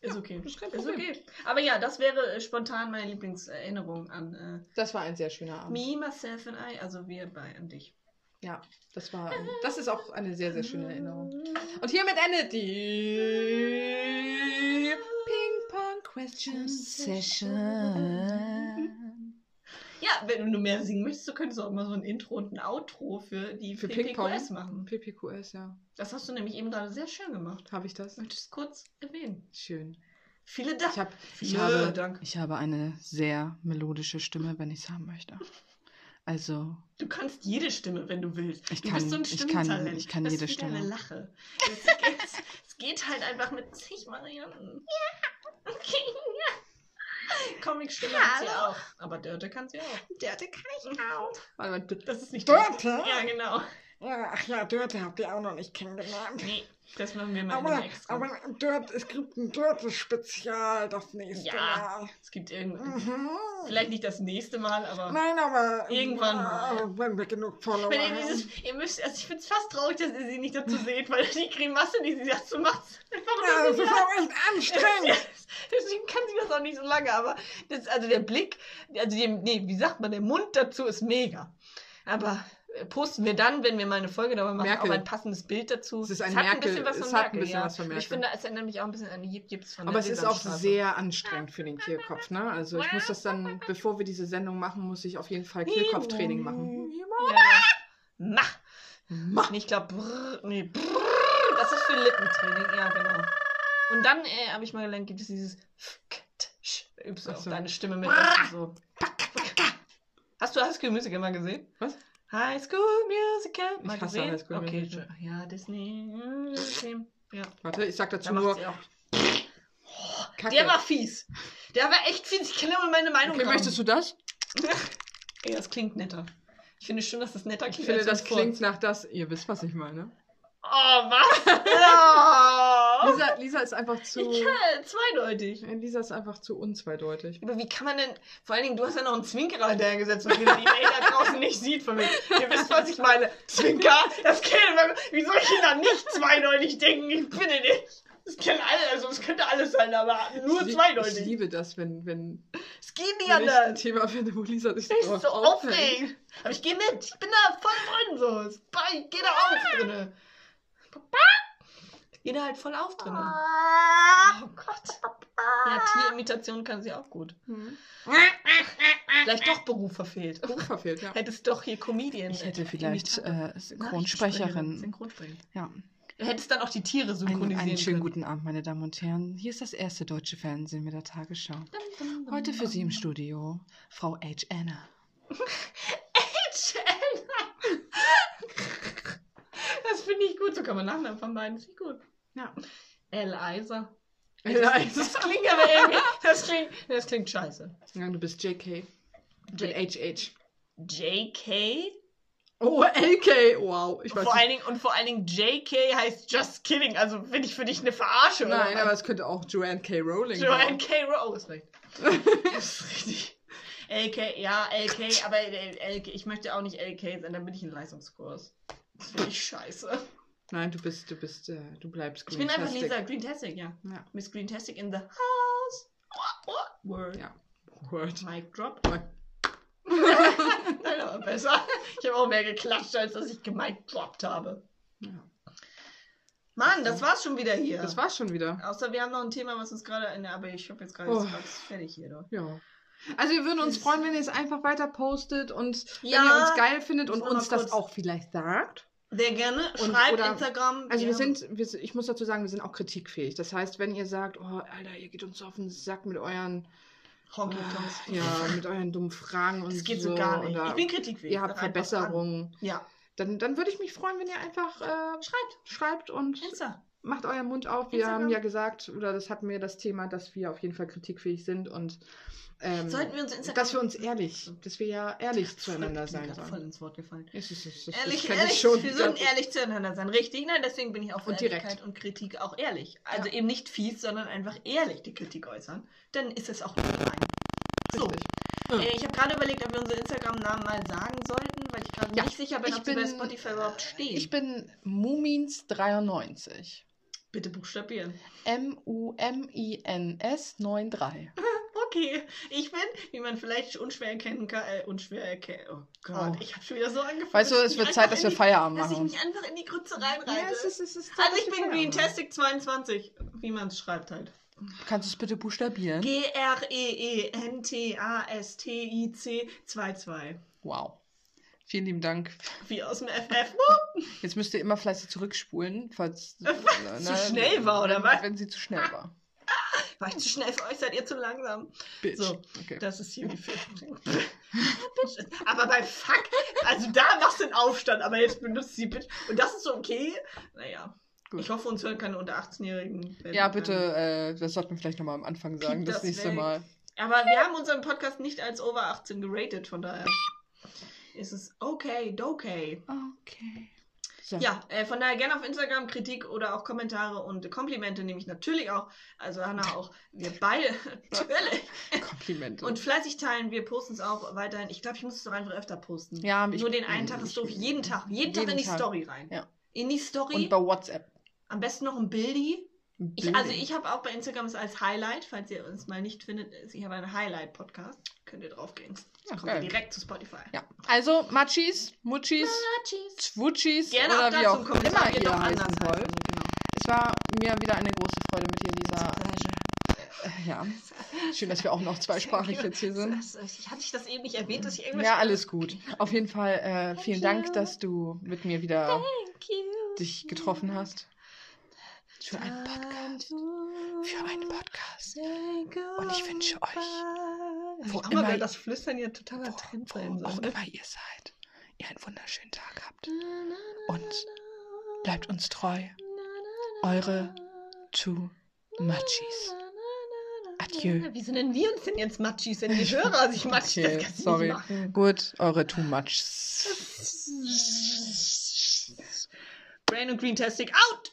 B: Ist okay.
A: ist kein
B: ist
A: Problem.
B: okay. Aber ja, das wäre äh, spontan meine Lieblingserinnerung an äh,
A: Das war ein sehr schöner Abend.
B: me, myself and I, also wir bei an dich.
A: Ja, das war. Das ist auch eine sehr, sehr
B: Ah.
A: schöne Erinnerung. Und hiermit endet die Ping Pong Question Session.
B: Ja, wenn du mehr singen möchtest, du könntest auch mal so ein Intro und ein Outro für die
A: Für
B: PPQS
A: Ping-Pong?
B: machen.
A: PPQS, ja.
B: Das hast du nämlich eben gerade sehr schön gemacht.
A: Habe ich das?
B: Möchtest du es kurz erwähnen?
A: Schön.
B: Viele
A: Ich,
B: Dank.
A: hab, ich,
B: Nö,
A: habe,
B: danke.
A: ich habe eine sehr melodische Stimme, wenn ich es haben möchte. Also,
B: Du kannst jede Stimme, wenn du willst.
A: Ich
B: du
A: kann-
B: bist so ein
A: ich kann-
B: Stimmtalent.
A: ich kann
B: das
A: jede
B: ist wieder
A: Stimme.
B: eine Lache. Es geht, es geht halt einfach mit zig Varianten. Ja. Comic-Stimme hat sie auch. Aber Dörte kann sie auch.
C: Dörte kann ich auch.
A: warte mal, d-
B: Das ist nicht
C: Dörte?
B: Ja, genau.
C: Ach ja, Dörte habt ihr auch noch nicht kennengelernt.
B: Nee, das machen wir mal in
C: Aber,
B: einem extra.
C: aber Dörte, es gibt ein Dörte-Spezial das nächste
B: Ja.
C: Mal.
B: es gibt irgendein.
C: Mhm.
B: Vielleicht nicht das nächste Mal, aber.
C: Nein, aber
B: Irgendwann
C: äh, wenn wir genug Follower
B: Wenn ihr,
C: haben.
B: dieses, ihr müsst, also ich finde es fast traurig, dass ihr sie nicht dazu seht, weil die Grimasse, die sie dazu macht, ist einfach
C: Ja, das
B: nur
C: ist
B: ja,
C: auch echt
B: [LAUGHS]
C: anstrengend.
B: Deswegen kann sie das auch nicht so lange, aber das, also der Blick, also die, nee, wie sagt man, der Mund dazu ist mega. Aber äh, posten wir dann, wenn wir mal eine Folge darüber machen,
A: Merkel.
B: auch ein passendes Bild dazu.
A: Es ist ein
B: hat ein
A: Merkel-
B: bisschen was von
A: es
B: Merkel.
A: hat ein bisschen
B: ja.
A: was von
B: Und Ich
A: Merkel.
B: finde, es erinnert mich auch ein bisschen an die Jip Jips von
A: aber
B: der
A: es ist auch
B: Sesamstraße.
A: sehr anstrengend für den Kehlkopf, ne? Also ich muss das dann, bevor wir diese Sendung machen, muss ich auf jeden Fall Kehlkopftraining machen.
B: Ja. Mach!
A: Mach!
B: Nee, ich glaube, nee, brrr, das ist für Lippentraining, ja, genau. Und dann äh, habe ich mal gelernt, gibt es dieses Sch, übst du
A: Ach
B: auf
A: so.
B: deine Stimme mit.
A: Brrr.
B: dass du So. Hast du High School Musical mal gesehen?
A: Was?
B: High School Musical?
A: Ich hasse High School
B: okay,
A: Musical.
B: schön. Ja, Disney. mm, Disney. Ja,
A: Warte, ich sag
B: da
A: dazu
B: macht
A: nur
B: sie auch.
A: Kacke.
B: Der war fies. Der war echt fies. Ich kann immer meine Meinung
A: okay,
B: haben.
A: möchtest du das?
B: Ey, das klingt netter. Ich finde schon, dass das netter klingt.
A: Ich finde,
B: als
A: das
B: davor.
A: klingt nach das. Ihr wisst, was ich meine.
B: Oh,
A: [LAUGHS]
B: was?
A: Lisa, Lisa ist einfach zu.
B: Ich kann, zweideutig.
A: Lisa ist einfach zu unzweideutig.
B: Aber wie kann man denn, vor allen Dingen, du hast ja noch einen Zwinkerer hinterhergesetzt, und die Mail da draußen nicht sieht von mir. Ihr wisst, was ich meine. Zwinker, das kennen wir. Wie soll ich denn da nicht zweideutig denken? Ich bitte nicht. Das kennen alle, also es könnte alles sein, aber nur
A: Ich lieb- Ich
B: zweideutig.
A: liebe das, wenn, wenn,
B: Es geht nicht
A: wenn ich ein
B: anders.
A: Thema finde, wo Lisa sich
B: Das
D: Oh,
B: ist so
A: aufregt.
B: aufregend. Aber ich gehe mit. Ich bin da voll drin. So. Es- bah, Ich gehe da
D: Ah.
B: auf drinne. Ich gehe da halt voll auf drinne.
D: Ah.
B: Oh Gott. Ja, Tierimitation kann sie auch gut.
A: Hm.
B: Vielleicht doch Beruf verfehlt.
A: Buch verfehlt, ja.
B: Hättest doch hier Comedian.
D: Ich hätte
B: äh,
D: vielleicht
B: Imitator.
D: äh, Synchronsprecherin.
B: Synchronsprecherin.
D: Ja.
B: Du hättest dann auch die Tiere
D: Einen,
B: synchronisieren
D: einen schönen
B: können.
D: guten Abend, meine Damen und Herren. Hier ist das erste deutsche Fernsehen mit der Tagesschau. Heute für Sie im Studio Frau H. Anna.
B: Das finde ich gut. So kann man Nachnamen von beiden. Finde ich gut.
A: Ja.
B: Eliza.
A: Eliza.
B: Das klingt aber irgendwie. Das klingt, das klingt scheiße.
A: Ja, Du bist JK.
B: J-
A: Mit HH.
B: JK?
A: Oh, LK. Wow. Ich weiß
B: Vor
A: nicht.
B: allen Dingen, und vor allen Dingen JK heißt Just Kidding. Also finde ich für dich eine Verarsche.
A: Nein,
B: oder?
A: aber es könnte auch Joanne K. Rowling
B: Joanne
A: sein.
B: K. Rowling. Ist recht. ist richtig. LK, ja, LK, aber äh, LK, ich möchte auch nicht LK sein, dann bin ich in Leistungskurs. Das finde ich scheiße.
A: Nein, du bist, du bist, äh, du bleibst
B: Ich bin einfach
A: Green-tastic.
B: Lisa Greentastic, ja.
A: Ja.
B: Miss Greentastic in the house. Word.
A: Ja. Word.
B: Mic drop. [LAUGHS] Nein, aber besser. Ich habe auch mehr geklatscht, als dass ich gemic dropped habe.
A: Ja.
B: Mann, das war's schon wieder hier.
A: Das war's schon wieder.
B: Außer wir haben noch ein Thema, was uns gerade. Ne, aber ich habe jetzt gerade
A: Oh.
B: ich glaub, es ist fertig hier, doch.
A: Ja. Also wir würden uns
B: Das-
A: freuen, wenn ihr es einfach weiter postet und wenn ihr
B: Ja.
A: uns geil findet und
B: Muss auch
A: uns
B: mal
A: das
B: kurz-
A: auch vielleicht sagt.
B: Sehr gerne.
A: Und-
B: Schreibt
A: oder-
B: Instagram.
A: Also wir
B: haben-
A: sind, wir, ich muss dazu sagen, wir sind auch kritikfähig. Das heißt, wenn ihr sagt, oh Alter, ihr geht uns auf den Sack mit euren,
B: Honky Tonks.
A: äh, ja, mit euren dummen Fragen und
B: Das geht
A: so,
B: so, gar nicht.
A: Oder
B: ich bin kritikfähig.
A: ihr habt
B: Sag einfach an.
A: Verbesserungen,
B: Ja,
A: dann, dann würde ich mich freuen, wenn ihr einfach äh,
B: schreibt.
A: schreibt und
B: Insta.
A: macht euren Mund auf. Wir
B: Instagram.
A: haben ja gesagt, oder das hatten wir das Thema, dass wir auf jeden Fall kritikfähig sind und ähm,
B: Sollten wir uns Instagram.
A: dass wir uns ehrlich, dass wir ja ehrlich zueinander
B: Ich bin
A: sein
B: gerade voll
A: sollen.
B: ins Wort gefallen.
A: Es ist- es ist- das
B: Ehrlich,
A: kenn ich
B: ehrlich,
A: schon.
B: wir sollten ehrlich zueinander sein, richtig? Nein, deswegen bin ich auch für
A: Und direkt.
B: Ehrlichkeit und Kritik auch ehrlich. Also eben nicht fies, sondern einfach ehrlich die Kritik äußern. Dann ist es auch nicht fein. So,
A: Richtig.
D: Hm.
B: äh, ich habe gerade überlegt, ob wir unseren Instagram-Namen mal sagen sollten, weil ich gerade
D: Ja,
B: nicht sicher bin,
D: ich
B: ob sie bei
D: bin-
B: Spotify überhaupt stehen.
D: Ich bin Mumins93.
B: Bitte buchstabieren.
D: M-U-M-I-N-S 93.
B: Okay, ich bin, wie man vielleicht unschwer erkennen kann, äh, unschwer erkennen. Oh Gott,
D: Oh.
B: ich habe schon wieder so angefangen.
D: Weißt du,
B: dass
D: es
B: ich
D: wird
B: mich
D: Zeit,
B: einfach
D: dass wir
B: in die-
D: Feierabend
B: Dass ich
D: machen.
B: mich einfach in die Grütze reinreite.
A: Ja, es ist, es ist
B: also ich bin
A: Feierabend.
B: Green Tastic 22, wie man es schreibt halt.
A: Kannst du es bitte buchstabieren?
B: E G-R-E-E-N-T-A-S-T-I-C 22.
A: Wow. Vielen lieben Dank.
B: Wie aus
A: [LAUGHS]
B: dem FF.
A: Jetzt müsst ihr immer fleißig zurückspulen,
B: [LAUGHS]
A: falls äh, ne,
B: Weil's zu schnell war, oder
A: wenn,
B: was?
A: Wenn sie zu schnell
B: [LAUGHS]
A: war.
B: War ich zu schnell für euch? Seid ihr zu langsam?
A: Bitch.
B: So.
A: Okay.
B: Das ist hier die Fünfte. aber bei Fuck, also da machst du einen Aufstand, aber jetzt benutzt sie Bitch. Und das ist okay? Naja.
A: Gut.
B: Ich hoffe, uns hören keine unter 18-Jährigen. Wenn-
A: Ja, bitte, äh, das sollten wir vielleicht nochmal am Anfang sagen,
B: Piep
A: das,
B: das
A: nächste
B: weg.
A: Mal.
B: Aber wir haben unseren Podcast nicht als over 18 geratet, von daher ist es okay, okay.
A: Okay. So.
B: Ja, äh, von daher gerne auf Instagram Kritik oder auch Kommentare und Komplimente nehme ich natürlich auch.
A: [LAUGHS]
B: Also Hanna auch, wir beide, [LAUGHS] natürlich.
A: Komplimente.
B: Und fleißig teilen, wir posten es auch weiterhin. Ich glaube, ich muss es doch einfach öfter posten.
A: ja, ich,
B: Nur den einen Tag
A: ich-
B: ist doof. Jeden Tag. Jeden, Tag in
A: Jeden
B: die
A: Tag.
B: Story rein.
A: Ja.
B: In die
A: Und
B: Story.
A: bei WhatsApp.
B: Am besten noch ein Bildi. Ich,
A: Bilder.
B: also ich habe auch bei Instagram es als Highlight, falls ihr uns mal nicht findet, ist- ich habe einen Highlight-Podcast. Könnt ihr draufgehen.
A: Ja,
B: Ja, kommt ihr
A: geil.
B: direkt zu Spotify.
A: Ja. Also, Matschis, Mutschis,
B: Tschüss.
A: Zwutschis
B: Äh, Gerne
A: oder
B: auch
A: wie
B: dazu
A: auch
B: einen Kommentar.
A: immer
B: Ihr
A: ihr
B: doch anders
A: heißen wollt.
B: heißen, Genau.
A: Es war mir wieder eine große Freude mit dir, Lisa.
B: [LAUGHS]
A: Äh, Ja, schön, dass wir auch noch zweisprachig jetzt hier sind.
B: Das- äh, Ich hatte ich das eben nicht erwähnt, dass ich Englisch.
A: Ja, alles gut. Auf jeden Fall äh, vielen
B: Thank
A: Dank,
B: you.
A: dass du mit mir wieder
B: Thank you.
A: dich getroffen hast. Für einen
B: Time
A: Podcast.
B: to
A: Für einen Podcast.
B: say
A: Und ich wünsche euch,
B: goodbye.
A: wo
B: Ich auch
A: immer
B: mal, weil
A: ihr-
B: das Flüstern ja totaler Trend
A: Wo,
B: sein
A: wo auch
B: soll. ne?
A: immer ihr seid, ihr einen wunderschönen Tag habt. Und bleibt uns treu. Eure Two Machis. Adieu.
B: Wie nennen wir uns denn jetzt Matschis, wenn die Hörer sich Matschis
A: Okay,
B: das kannst du
A: sorry.
B: nicht machen.
A: Gut, eure Two Machis.
B: Brain und Green Tastic out!